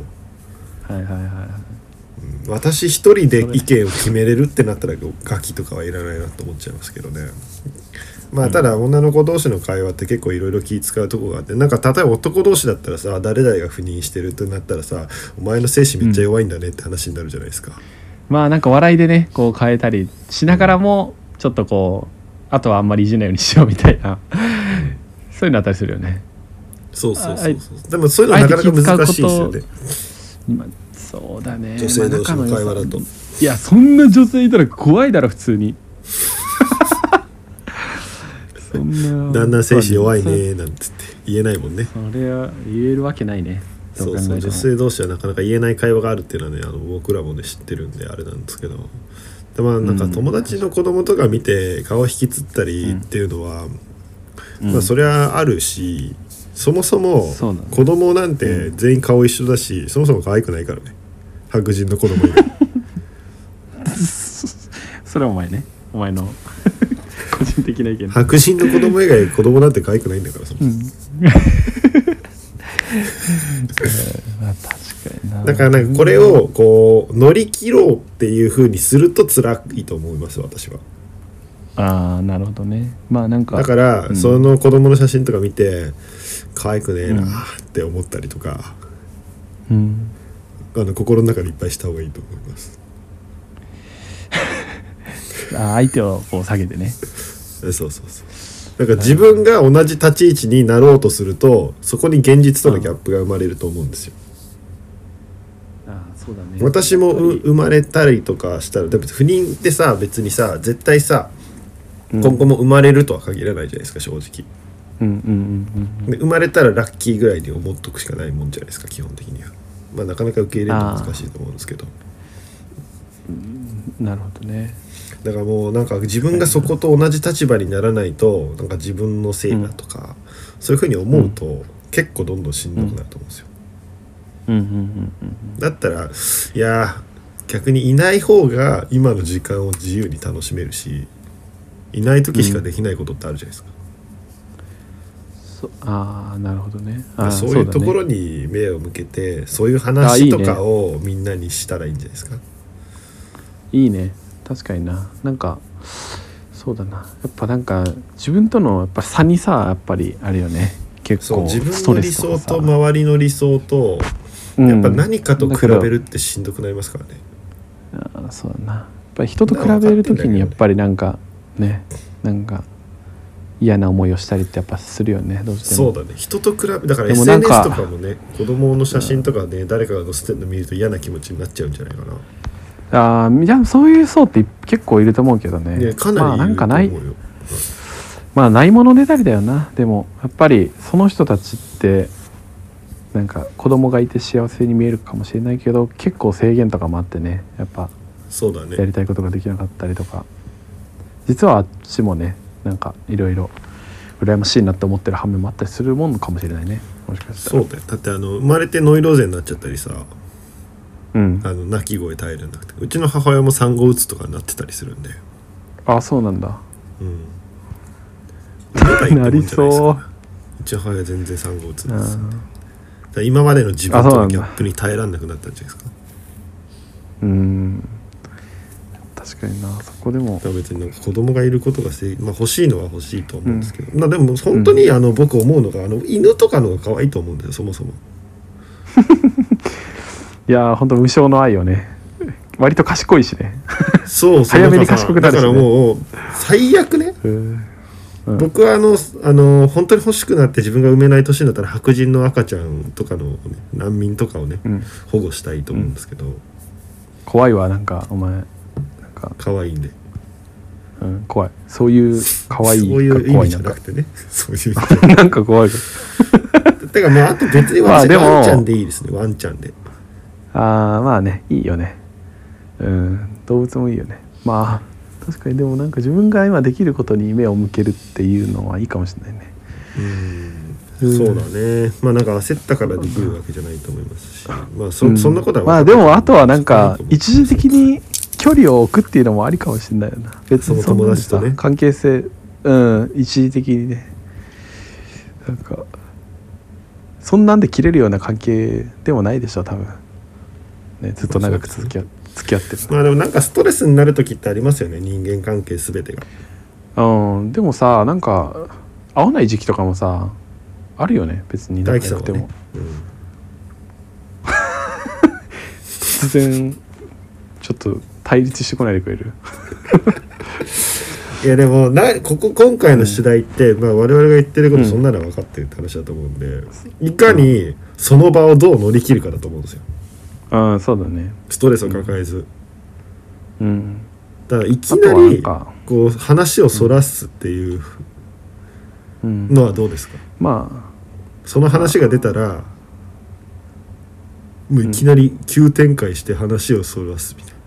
はいはいはい
私一人で意見を決めれるってなったらガキとかはいらないなと思っちゃいますけどねまあただ女の子同士の会話って結構いろいろ気使うとこがあってなんか例えば男同士だったらさ誰々が赴任してるってなったらさお前の精神めっちゃ弱いんだねって話になるじゃないですか、
まあなんか笑いでねこう変えたりしながらもちょっとこうあとはあんまりいじんないようにしようみたいな そういうのあったりするよね
そうそうそうそうでもそういうのなかなか難しいですよね
今そうだね
女性同士の会話だと
まあ仲の良さいやそんな女性いたら怖いだろ普通に そんな
旦那精神弱いねなんつって言えないもんね
それは言えるわけないねど
そう
考えて
そ
も
う女性同士はなかなか言えない会話があるっていうのはねあの僕らもね知ってるんであれなんですけどでまあなんか
うん
友達の子供とか見て顔引きつったりっていうのは、まあそれはあるしそもそも
そうなの
子供なんて全員顔一緒だし、そもそも可愛くないからね白人の子供以 外
それはお前ねお前の 個人的な意見
白人の子供以外子供なんて可愛くないんだからそもそも
まあ確かにな
だからなんかこれをこう乗り切ろうっていうふうにすると辛いと思います私は。
ああなるほどねまあなんか
だから、
ん
その子供の写真とか見て可愛くねえな
うん
って思ったりとか、
うん
あの心の中にいっぱいした方がいいと思います
あー相手をこう下げてね
そうそうそうだから自分が同じ立ち位置になろうとするとそこに現実とのギャップが生まれると思うんですよ
ああそうだね
私もう生まれたりとかしたらだって不妊ってさ別にさ絶対さ
うん
今後も生まれるとは限らないじゃないですか正直
うんうんうん
で生まれたらラッキーぐらいに思っとくしかないもんじゃないですか基本的にはまあなかなか受け入れるのは難しいと思うんですけど
うんなるほどね
だからもうなんか自分がそこと同じ立場にならないとなんか自分のせいだとか、そういうふうに思うと結構どんどんしんどくなると思うんですよ、
うんうんうんうん
だったらいやー逆にいない方が今の時間を自由に楽しめるしいない時しかできないことってあるじゃないですか、
そああなるほどね
だか
あ
ら
あ
そういうところ
に
に目を向けてそういう
あい
話
い
と
ね
かをみんなにしたらいいんじゃないですか
いいね確かにななんかそうだなやっぱなんか自分とのやっぱ差にさやっぱりあるよね結
そう
構
自
スト
分の
レ
理
スと
想
かさ
と周りの理想とやっぱ何かと比べるってしんどくなりますからね、
あーそうだなやっぱり人と比べるときにやっぱりなんかねなんか嫌な思いをしたりってやっぱするよねどうして
そ
も
うだね人と比べだから
でもなん
SNS
か
とかもね子供の写真とかね、誰かが載せてるの見ると嫌な気持ちになっちゃうんじゃないかな、
あーじゃあそういう層って結構いると思うけどね
ね、か
ま
な
あ、
り
ない
る
ん
と
か
思
ないう
よ、
まあないものねだりだよなでもやっぱりその人たちってなんか子供がいて幸せに見えるかもしれないけど結構制限とかもあってねやっぱ
そうだ
や
ね
りたいことができなかったりとか実はあっちもねなんかいろいろ羨ましいなって思ってる反面もあったりするもんかもしれないねもしかした
そ
ら
うだよだってあの生まれてノイローゼになっちゃったりさ
うん
あの泣き声耐えれなくてうちの母親も産後うつとかになってたりするんで
あそうなんだ
うんなんかいいってもんじゃないですか
なりそう
うちの母親全然産後うつ
う
ですだか
ん
ら今までの自分
あそ
と
うな
の
んだ
ギャップに耐えられなくなったんじゃないですか
うん確かになそこでも
だから別になんか子供がいることがせい、まあ、欲しいのは欲しいと思うんですけど、まあでも本当にあの僕思うのがあの犬とかの方が可愛いと思うんだよそもそも
いやーほんと無償の愛よね割と賢いしね
そうそう
早め
だ
に
からさ
賢くなるし
だ
ね
からもう最悪ね
うんうん
僕はあのあの本当に欲しくなって自分が産めない年になったら白人の赤ちゃんとかのね、難民とかをね、
うん
保護したいと思うんですけど、
怖いわなんかお前なんか、
可愛いんで
うん、怖いそういう可愛い
そういう
が
意
怖
味
い
じ
な
ゃ
ん
な
か
くてねそういう意味じゃ
なんか怖い
てかまああと別に
ま
ワ
あ
ン,、
でも
ワンちゃんでいいですねワンちゃんで
ああまあねいいよねうん動物もいいよねまあ確かにでもなんか自分が今できることに目を向けるっていうのはいいかもしれないね
うんそうだねまあなんか焦ったからできるわけじゃないと思いますしまあそ,、
うん
そんなことは
まあでもあとはなんか
そう
一時的に距離を置くっていうのもありかもしれないよな別に
その友達とね
そんなにさ関係性うん一時的にねなんかそんなんで切れるような関係でもないでしょ多分、ね、ずっと長く続き合付き合ってる
まあでもなんかストレスになる時ってありますよね人間関係全てが
のうんでもさなんか合わない時期とかもさあるよね別に
大
仲
樹さ
良
ん
く
は
ても、
ね、うん
突然ちょっと対立してこないでくれる
いやでもなここ今回の主題って、まあ、我々が言ってることそんなのは分かってるって話だと思うんで、いかにその場をどう乗り切るかだと思うんですよ
うんそうだね
ストレスを抱えず
うん
だからいき
あと
な
はなん
り
か、
こう話をそらすっていう
うん、
のはどうですか
ま
その話が出たらもういきなり急展開して話をそらすみたいな、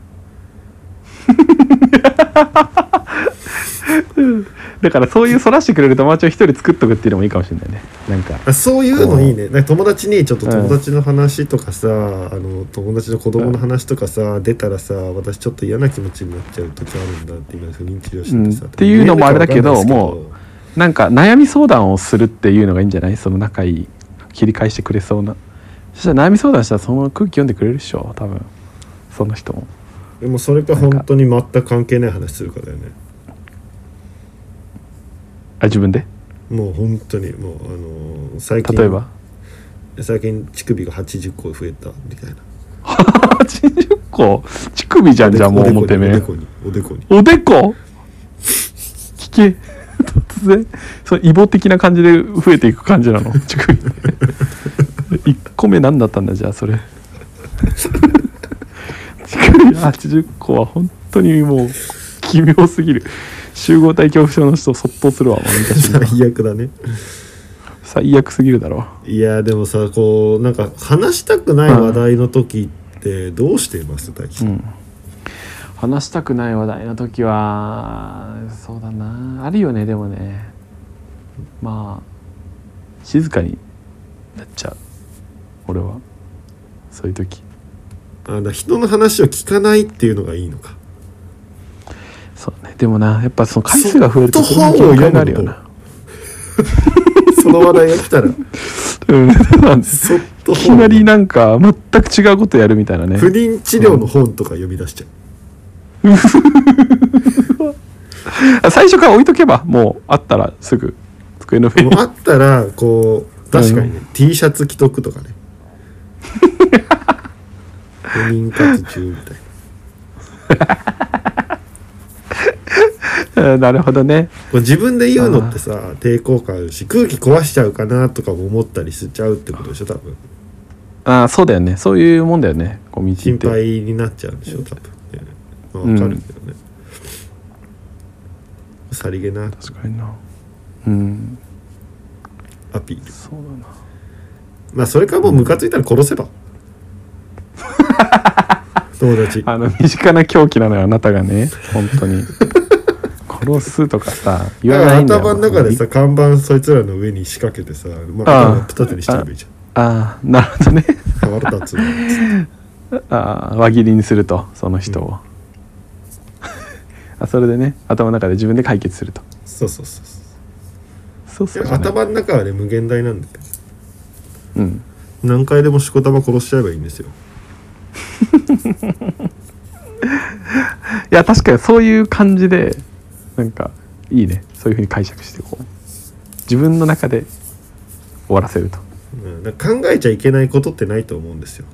あだからそういうそらしてくれる友達を一人作っとくっていうのもいいかもしれないねなんか
あそういうのいいねなんか友達にちょっと友達の話とかさ、あの友達の子供の話とかさ、出たらさ私ちょっと嫌な気持ちになっちゃう時あるんだって今認知療しててさ、
うんっていうのもあれだけど
言えるかわかんないですけど
なんか悩み相談をするっていうのがいいんじゃないその仲いい切り返してくれそうなそしたら悩み相談したらその空気読んでくれるでしょ多分その人も
でもそれか本当に全く関係ない話するかだよね
あ自分で
もう本当にもうあのー最近
例えば
最近乳首が80個増えたみたいな
80個乳首じゃんじゃあもう
お
表
でこに
目
おでこにおでこに
おでこ聞け 突然そのイボ的な感じで増えていく感じな の乳首1個目何だったんだじゃあそれ 乳首80個は本当にもう奇妙すぎる集合体恐怖症の人をそっとするわ俺た ちには
最悪だね
最悪すぎるだろ
いやでもさこうなんか話したくない話題の時ってどうしています大輝
う、
さん
ん、話したくない話題の時はそうだなあるよねでもねまあ静かになっちゃう俺はそういう時
あだから人の話を聞かないっていうのがいいのか
そうねでもなやっぱその回数が増えると
そ
そ
っと本を
の
読むと
限界があるよな
その話題が来たら
うんそうなんです
そっと
いきなりなん か全く違うことやるみたいなね
不妊治療の本とか読み出しちゃう、
あ最初から置いとけばもうあったらすぐ机の上に
もうあったらこう確かにね、T シャツ着とくとかね不妊活中みたいな
うん なるほどね
こう自分で言うのってさ抵抗感あるし空気壊しちゃうかなとかも思ったりしちゃうってことでしょ多分
ああそうだよねそういうもんだよねこう道っ
心
て
配になっちゃうんでしょ多分ね、まあ、わかるけどね、さりげな
確かになうん
アピール
そうだな
まあそれかもうムカついたら殺せ ば友達
あの身近な狂気なのよあなたがね本当に 殺すとかさ言
だ
わ
か
な
ら
いんだよ
頭の中でさ看板そいつらの上に仕掛けてさ、ま
あ
あ、
あ
頭二手にしちゃえばいいじ
ああなるほどね
ゃん腹立つわ
ああ輪切りにするとその人を、 あそれでね頭の中で自分で解決すると
そうそうそうそ
そうそう
うで
じゃない
頭の中はね無限大なんだよ
うん
何回でもしこたま殺しちゃえばいいんですよ
いや確かにそういう感じでなんかいいねそういうふうに解釈してこう自分の中で終わらせると
うんなんか考えちゃいけないことってないと思うんですよ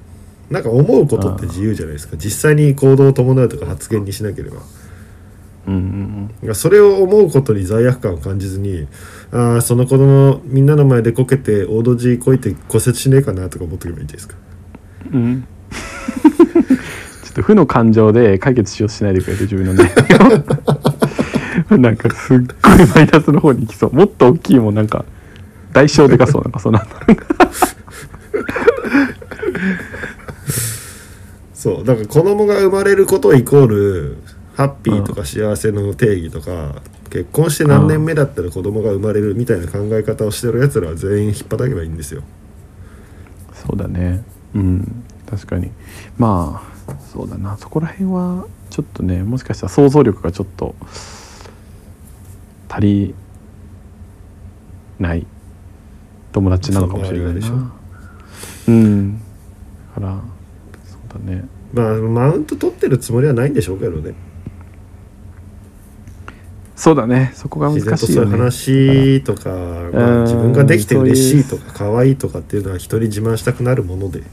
なんか思うことって自由じゃないですか実際に行動を伴うとか発言にしなければだか
うんうん
らそれを思うことに罪悪感を感じずにああその子供みんなの前でこけて大ドジこいて骨折しねえかなとか思っとけばいいんじゃないですか
うんうんちょっと負の感情で解決しようとしないでくれて自分のね なんかすっごいマイナスの方に行きそうもっと大きいもんなんか代償でかそうなんかそんな
そうだから子供が生まれることイコールハッピーとか幸せの定義とか、結婚して何年目だったら子供が生まれるみたいな考え方をしてるやつらは全員引っ張けばいいんですよ
そうだねうん確かにまあそうだなそこら辺はちょっとねもしかしたら想像力がちょっと足りない友達なのかもしれない
その周り
なうんだからそうだね
まあマウント取ってるつもりはないんでしょうけどね
そうだねそこが
自然
難
と
しい
そうい
よ
う
ね
話とか、まあ
うん
自分ができて嬉しいとか可愛いとかっていうのは人に自慢したくなるもので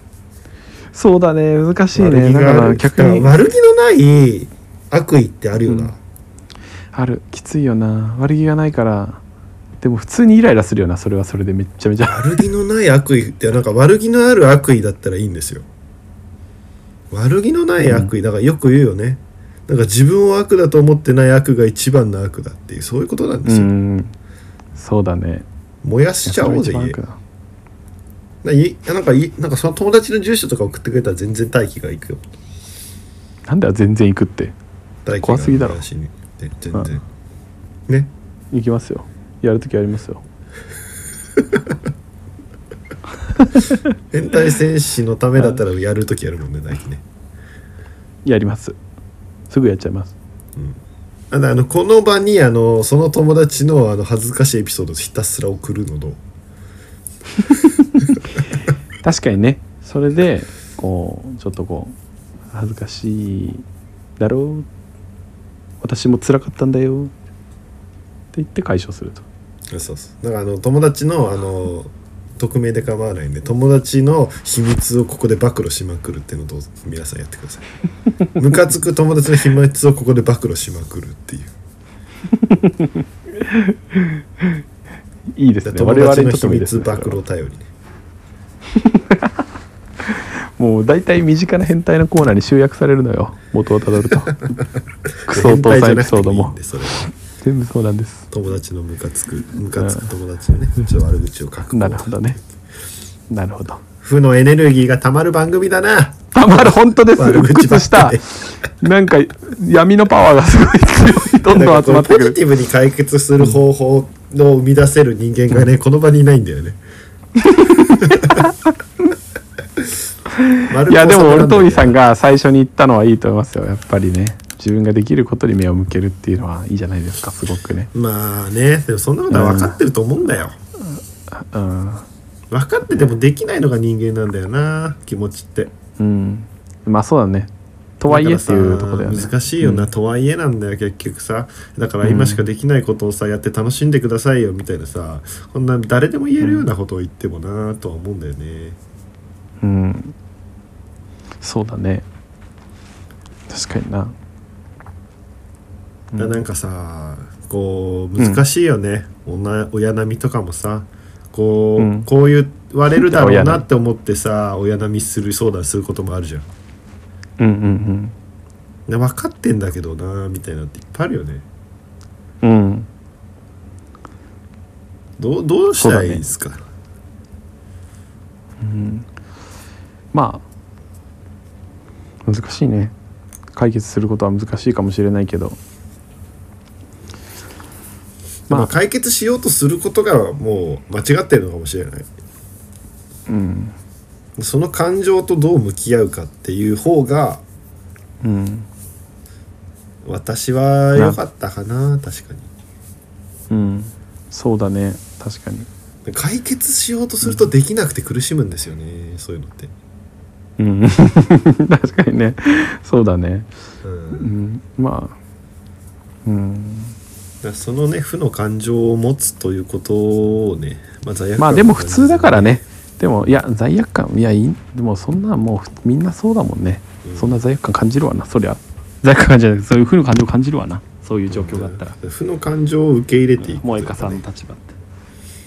そうだね難しい
悪
ね
気
だか
があ
ら
る
逆
だ
に
から悪気のない悪意ってあるよな、
うんあるきついよな悪気がないからでも普通にイライラするよなそれはそれでめっちゃめちゃ
悪気のない悪意ってなんか悪気のある悪意だったらいいんですよ悪気のない悪意だからよく言うよね、なんか自分を悪だと思ってない悪が一番の悪だっていうそういうことなんで
う
すよ、
んそうだね
燃やしちゃおうぜ
いやそれ
家
が一番悪
な
だ
いなんかいなんかその友達の住所とか送ってくれたら全然大気がいくよ
なんだよ全然行くって
大気
怖すぎだろ
話にで全然ね
行きますよやるときやりますよ
変態戦士のためだったらやるときやるもんね大輝ね
やりますすぐやっちゃいます
あのあのこの場にあのその友達のあの恥ずかしいエピソードをひたすら送るのどう
確かにねそれでこうちょっとこう恥ずかしいだろう私も辛かったんだよって言って解消すると
そうそうだからあの友達のあの匿名で構わないんで友達の秘密をここで暴露しまくるっていうのをどうぞ皆さんやってくださ いムカつく友達の秘密をここで暴露しまくるっていう
いいですね
友
我々
達
に
の
とっ
秘
てもいいです
密
ね
暴露頼りね
もう大体身近な変態のコーナーに集約されるのよ元を たどるとクソお
変
父
態
さ
じ
ん
ゃな
エ
く
ピ
て
ソ
い
ード
いん
も
でそれは
全部そうなんです
友達のムカつくムカつく友達のねちょっと悪口を書く
なるほどねなるほど
負のエネルギーがたまる番組だな
たまる本当です
悪
鬱
口ば
屈し
っか
た
り
なんか闇のパワーがすごい強いどんど
なんん
集
かこう
まって
ポ
く
ジティ
る
ブに解決する方法を生み出せる人間がね、この場にいないんだよ ね。
いやでも俺とみさん
が
が最初に言ったのはいいと思いますよやっぱりね自分ができることに目を向けるっていうのはいいじゃないですかすごくね
まあねでもそんなことは分かってると思うんだよ、
うん、
分かっててもできないのが人間なんだよな気持ちって
うん、まあそうだねとはいえっていうとこだよね
からさ難しいよな、とはいえなんだよ結局さだから今しかできないことをさやって楽しんでくださいよみたいなさこんな誰でも言えるようなことを言ってもなとは思うんだよね
うんそうだね確かにな
だなんかさこう難しいよね、女親並みとかもさこう、
うん
こう言われるだろう
親
な
並み
って思ってさ親並みする相談することもあるじゃん
うんうん
で分かってんだけどなみたいなっていっぱいあるよね
うんうん
どうどうした
そう
ら
だ
い
ね
いですか、
まあ難しいね解決することは難しいかもしれないけど
まあ、
まあ
解決しようとすることがもう間違ってるのかもしれない
うん
その感情とどう向き合うかっていう方が
うん
私は良かったかな確かに
うんそうだね確かに
解決しようとするとできなくて苦しむんですよね、そういうのって、
うん 確かにねそうだね
うん
うんまあうん
だからそのね負の感情を持つということをね、まあ、罪悪感
まあでも普通だからねでもいや罪悪感いやいいでもそんなもうふみんなそうだもんね、
うん
そんな罪悪感感じるわなそりゃ罪悪感感じないそういう負の感情感じるわなそういう状況があったら
負の感情を受け入れていく
萌
と
香
か
さん
ね
の立場って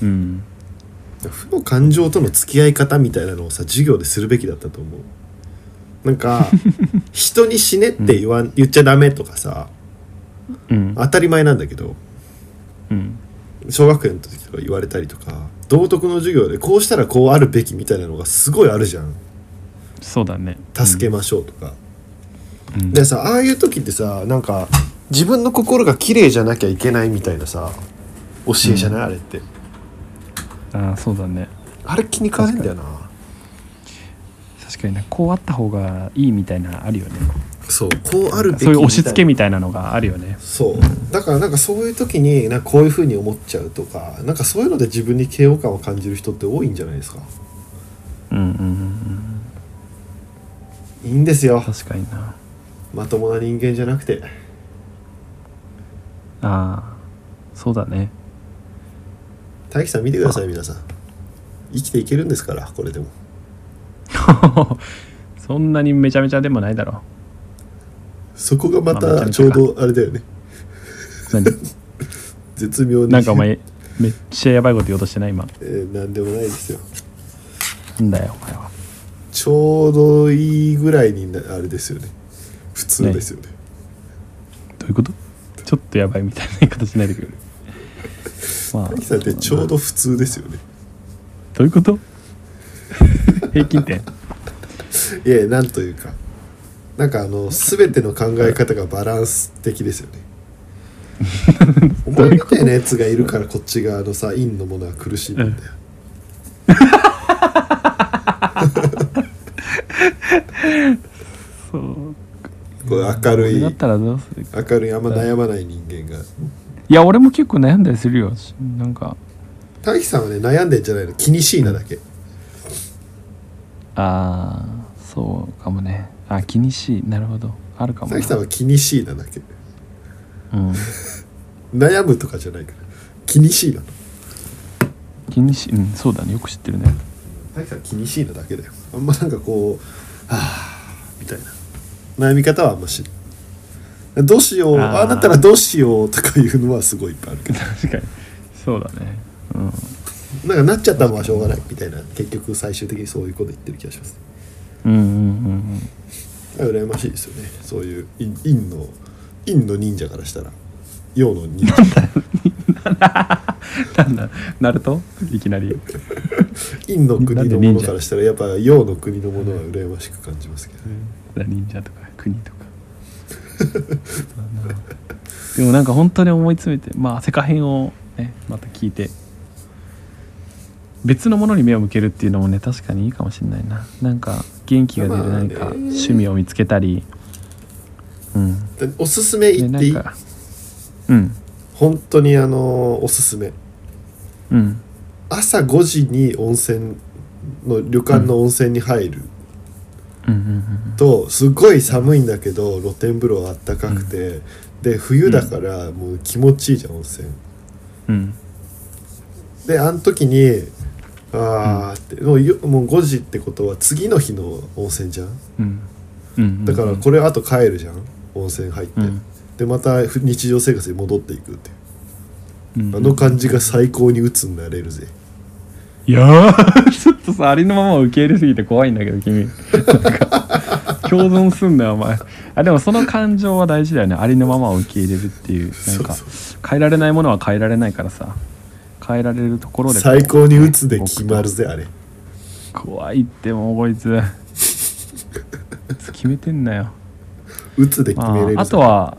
うん
負の感情との付き合い方みたいなのをさ授業でするべきだったと思うなん か人に死ねって言わん言っちゃダメとかさ
うん
当たり前なんだけど
うん
小学園の時とか言われたりとか道徳の授業でこうしたらこうあるべきみたいなのがすごいあるじゃん
そうだね
助けましょうとか、
うん
でさああいう時ってさなんか自分の心が綺麗じゃなきゃいけないみたいなさ教えじゃない、あれって
ああそうだね
あれ気に食わないんだよな
確かにねこうあった方がいいみたいなのあるよね
そうこうあるべき
そういう押し付け
みたいな
みたいなのがあるよね
そうだからなんかそういう時になんかこういうふうに思っちゃうとかなんかそういうので自分に嫌悪感を感じる人って多いんじゃないですか
うんうんうんう
い
ん
いんですよ
確かにな
まともな人間じゃなくて
ああそうだね
大樹さん見てください皆さん生きていけるんですからこれでも
そんなにめちゃめちゃでもないだろ
そこがま
まあめちゃ
た
めち
ち
ゃ
ょう
か
どあれだよね
何
絶妙に
なんかお前めっちゃやばいこと言おうとしてない今
えーなんでもないですよ
なんだよお前は
ちょうどいいぐらいになあれですよね普通ですよね
どういうことちょっとやばいみたいな言い方しないでくれるまあ
大樹さんってちょうど普通ですよね
どういうこと平均点
いやなんというかなんかあの全ての考え方がバランス的ですよ ねお前みたいなやつがいるからこっち側のさ陰のものは苦しいんだよ、
そう
こう明る
俺
い
だったらどうする
明るいあんま悩まない人間が
いや俺も結構悩んだりするよなんか
大樹さんはね悩んでんじゃないの気にしいなだけ
ああそうかもねあ気にしいなるほどあるかも
大
な
樹さんは気にしいなだけ
うん、
悩むとかじゃないから気にしいなの
気にしうんそうだねよく知ってるね
大樹さんは気にしいなだけだよあんまなんかこうああみたいな悩み方はあんましないどうしようあ
あー
あだったらどうしようとかいうのはすごいいっぱいあるけど
確かにそうだねうん
なんかなっちゃったのはしょうがないみたいな結局最終的にそういうこと言ってる気がします
うんうんうん
羨ましいですよねそういう陰陰の陰の忍者からしたら陽の 忍者
うんなんだナルトいきなり
陰の
なん
国
で
の
忍
も
者
のからしたらやっぱ陽の国のものは羨ましく感じますけど、
忍者とか国とか あのでもなんか本当に思い詰めてまあ世界編をねまた聞いて別のものに目を向けるっていうのもね確かにいいかもしれないななんか元気が出る
まあ
何
ね
か趣味を見つけたりうん
でおすすめ
で
言っ
な
てい
ん
い
かうん
本当にあのーおすすめ
うん
朝5時に温泉の旅館の温泉に入る
うんうん
とすごい寒いんだけど露天風呂はあったかくて、で冬だからもう気持ちいいじゃん温泉
うんうん
であの時にああって、もうよもう5時ってことは次の日の温泉じゃん
うんうん
だからこれあと帰るじゃん温泉入って、
うん
でまたふ日常生活に戻っていくっていう
うん
あの感じが最高に鬱になれるぜ
いやーちょっとさありのまま受け入れすぎて怖いんだけど君なんか共存すんなよお前あでもその感情は大事だよねありのままを受け入れるっていうなんか
そう
変えられないものは変えられないからさ変えられるところで
最高に鬱で決まるぜあれ
怖いってもうこいつ決めてんなよ
鬱で決めれるぜ、
まあ、あとは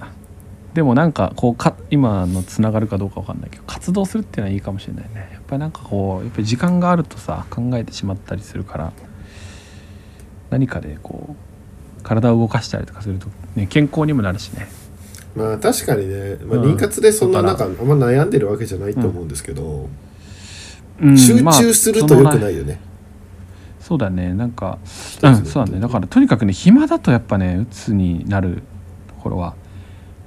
でもなんかこうか今のつながるかどうかわかんないけど活動するっていうのはいいかもしれないねやっぱりなんかこうやっぱり時間があるとさ考えてしまったりするから何かでこう体を動かしたりとかすると、ね、健康にもなるしね
まあ確かにね、まあ、
うん
妊活でそんな
だ
なん
か
かあんま悩んでるわけじゃないと思うんですけど、
うん
集
まあ
中すると良くな
その
いよね、
そうだねなんか
つ
う
の
んそうだねだからとにかくね暇だとやっぱね鬱になるところは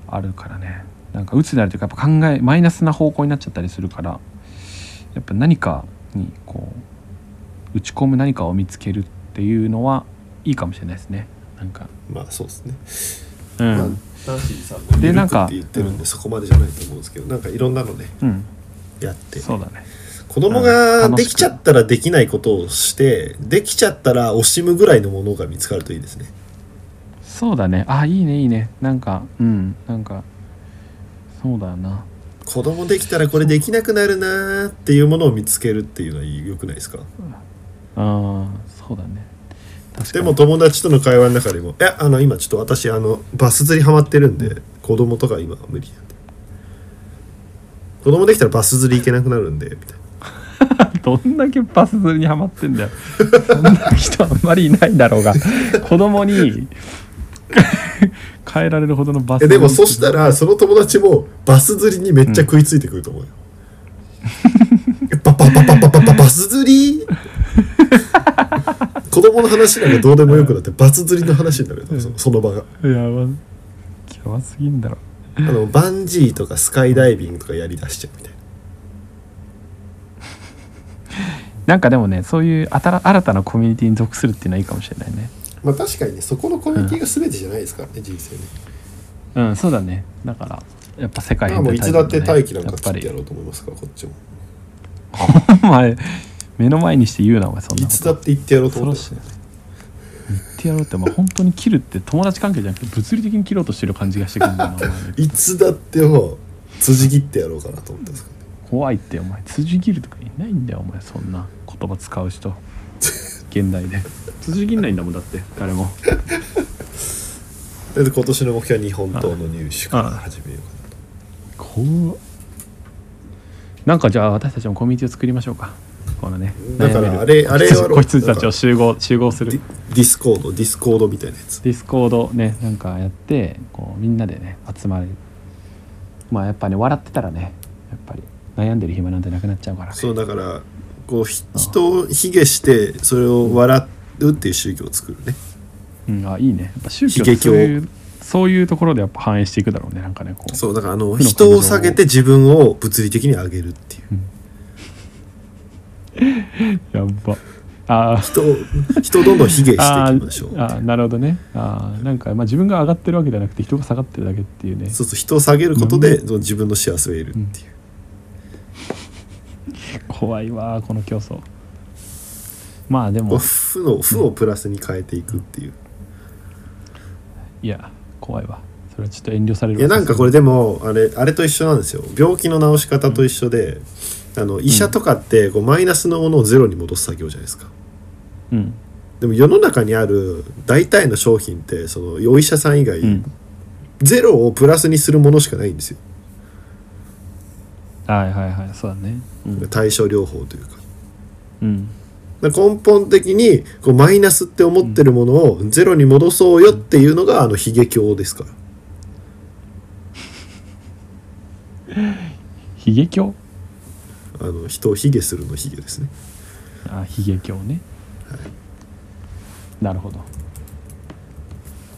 あるからねなんか鬱になるというかやっぱ考えマイナスな方向になっちゃったりするからやっぱ何かにこう打ち込む何かを見つけるっていうのはいいかもしれないですねなんか
まあそうですね
うん、
まあナンシーさんも
で
で
な
なんん
か
かって言ってるんでそこまでじゃないと思うんですけどなんかいろんなのね
うん、
やって
そうだね
子供
う
が
ん
できちゃったらできないことをしてできちゃったら惜しむぐらいのものが見つかるといいですね
そうだねあいいねいいねなんかうんなんかそうだよな
子供できたらこれできなくなるなーっていうものを見つけるっていうのは良くないですか
あーそうだね確か
で
に
も友達との会話の中でも「えあの今ちょっと私あのバス釣りハマってるんで子供とか今は無理なんで子供できたらバス釣り行けなくなるんで」みたいな。
どんだけバス釣りにハマってんだよ。 そんな人あんまりいないだろうが、子供に
変えられるほどのバス
えでもそしたらその友達もバス釣りにめっちゃ食いついてくると思う よ、パパパパパパパバス釣り 子供の話なんかどうでもよくなってバス釣りの話になるよそのその場が
いやばキャすぎんだろ
あのバンジーとかスカイダイビングとかやりだしちゃうみたいな
なんかでもねそういう新た新たなコミュニティに属するっていうのはいいかもしれないね
まあ確かにねそこのコミュニティが全てじゃないですからね、人生ね
うんそうだねだからやっぱ世界
まあもういつだって大気なんか
やっぱ
切ってや
り
ろうと思いますからこっちも
お前目の前にして言うなお前そん
い
なこ
つ
と
だって言ってやろうと
恐
思
ろ
って
しいね言ってやろうってお前本当に切るって友達関係じゃなくて物理的に切ろうとしてる感じがしてくるんだよなお前ね
いつだってもう辻切ってやろうかなと思ったんですけど
怖いってお前辻切るとかいないんだよお前そんな言葉使う人現代で辻切んないんだもんだって誰も
で今年の目標は日本刀の入手から始めようかなと
怖っなんかじゃあ私たちもコミュニティを作りましょうかこのね
だから
悩める
あれあれやろう
子羊たちを集合集合す
ディ
る
ディスコードディスコードみたいなやつ
ディスコードねなんかやってこうみんなでね集まるまあやっぱね笑ってたらねやっぱり悩んでる暇なんてなくなっちゃうから
そうだからこうひ人を卑下してそれを笑うっていう宗教を作るね
うん、あいいねやっぱ宗教
悲
っ
劇
てそ
を
ういうそういうところでやっぱ反映していくだろうねなんかねこう
そうだからあの
感情を
人を下げて自分を物理的に上げるっていう
やっばあー
人を人をどんどん卑下し
あ
てい
ー
きましょう
あーなるほどねあーなんか、まあ、自分が上がってるわけじゃなくて人が下がってるだけっていうね
そうそう人を下げることでその自分の幸せを得るっていう、
怖いわーこの競争まあで
こう
も
負の負をプラスに変えていくっていう、
いや怖いわそれはちょっと遠慮される
いやなんかこ
れ
れでもあれあれと一緒なんですよ病気の治し方と一緒で、あの医者とかってこうマイナスのものをゼロに戻す作業じゃないですか
うん
でも世の中にある大体の商品ってそのお医者さん以外、
うん
ゼロをプラスにするものしかないんですよ
はいはいはいそうだねうん、
対症療法というか
うん、
だから根本的にこうマイナスって思ってるものをゼロに戻そうよっていうのがあの悲劇教ですから
悲劇教
あの人を卑下するの卑下ですね
あ悲劇教ね、なるほど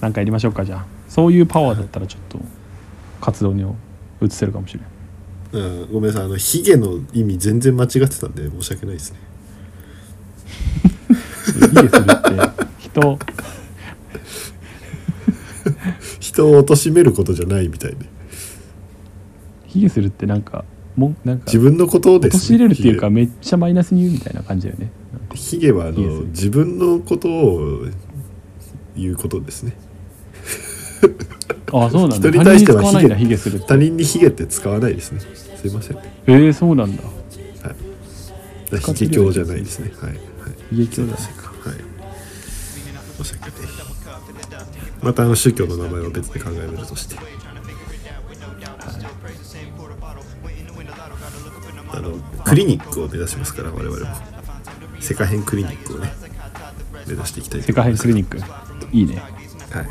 なんかやりましょうかじゃあそういうパワーだったらちょっと活動に移せるかもしれない
うんごめんなさいあの卑下の意味全然間違ってたんで申し訳ないですね
いいですねって人を
人を貶めることじゃないみたいで
卑下するってなんかもんなんか
自分のことです
陥れるっていうか
卑
めっちゃマイナスに言うみたいな感じだよね
下卑下はあの
卑下する
自分のことを言うことですね
ああそうなんだ
人に対しては
他人に使わないんだ
卑
卑
下
下するって
他人に卑下って使わないですねすいません
えー、そうなんだ
悲劇教じゃないですねはい、はい、
悲劇教だね
すいませんはい申し訳ないまたあの宗教の名前は別で考えるとしてあのクリニックを目指しますから我々も世界編クリニックをね目指していきたい
世界編クリニックいいね
ック、はい、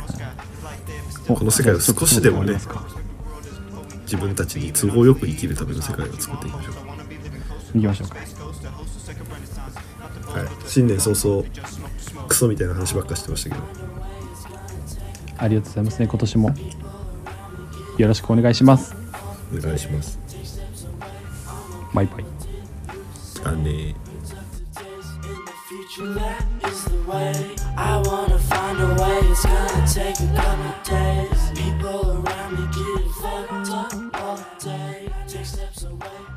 お
この世界を少しでもね
ちょっとちょっと待って
自分たちに都合よく生きるための世界を作っていきましょう
行きましょうか
はい新年早々クソみたいな話ばっかしてましたけど
ありがとうございますね今年もよろしくお願いします
お願いします
バイバイ
あんねー
In the future, that is the way. I wanna find a way. It's gonna take a couple days. People around me get fucked up all day. Take steps away.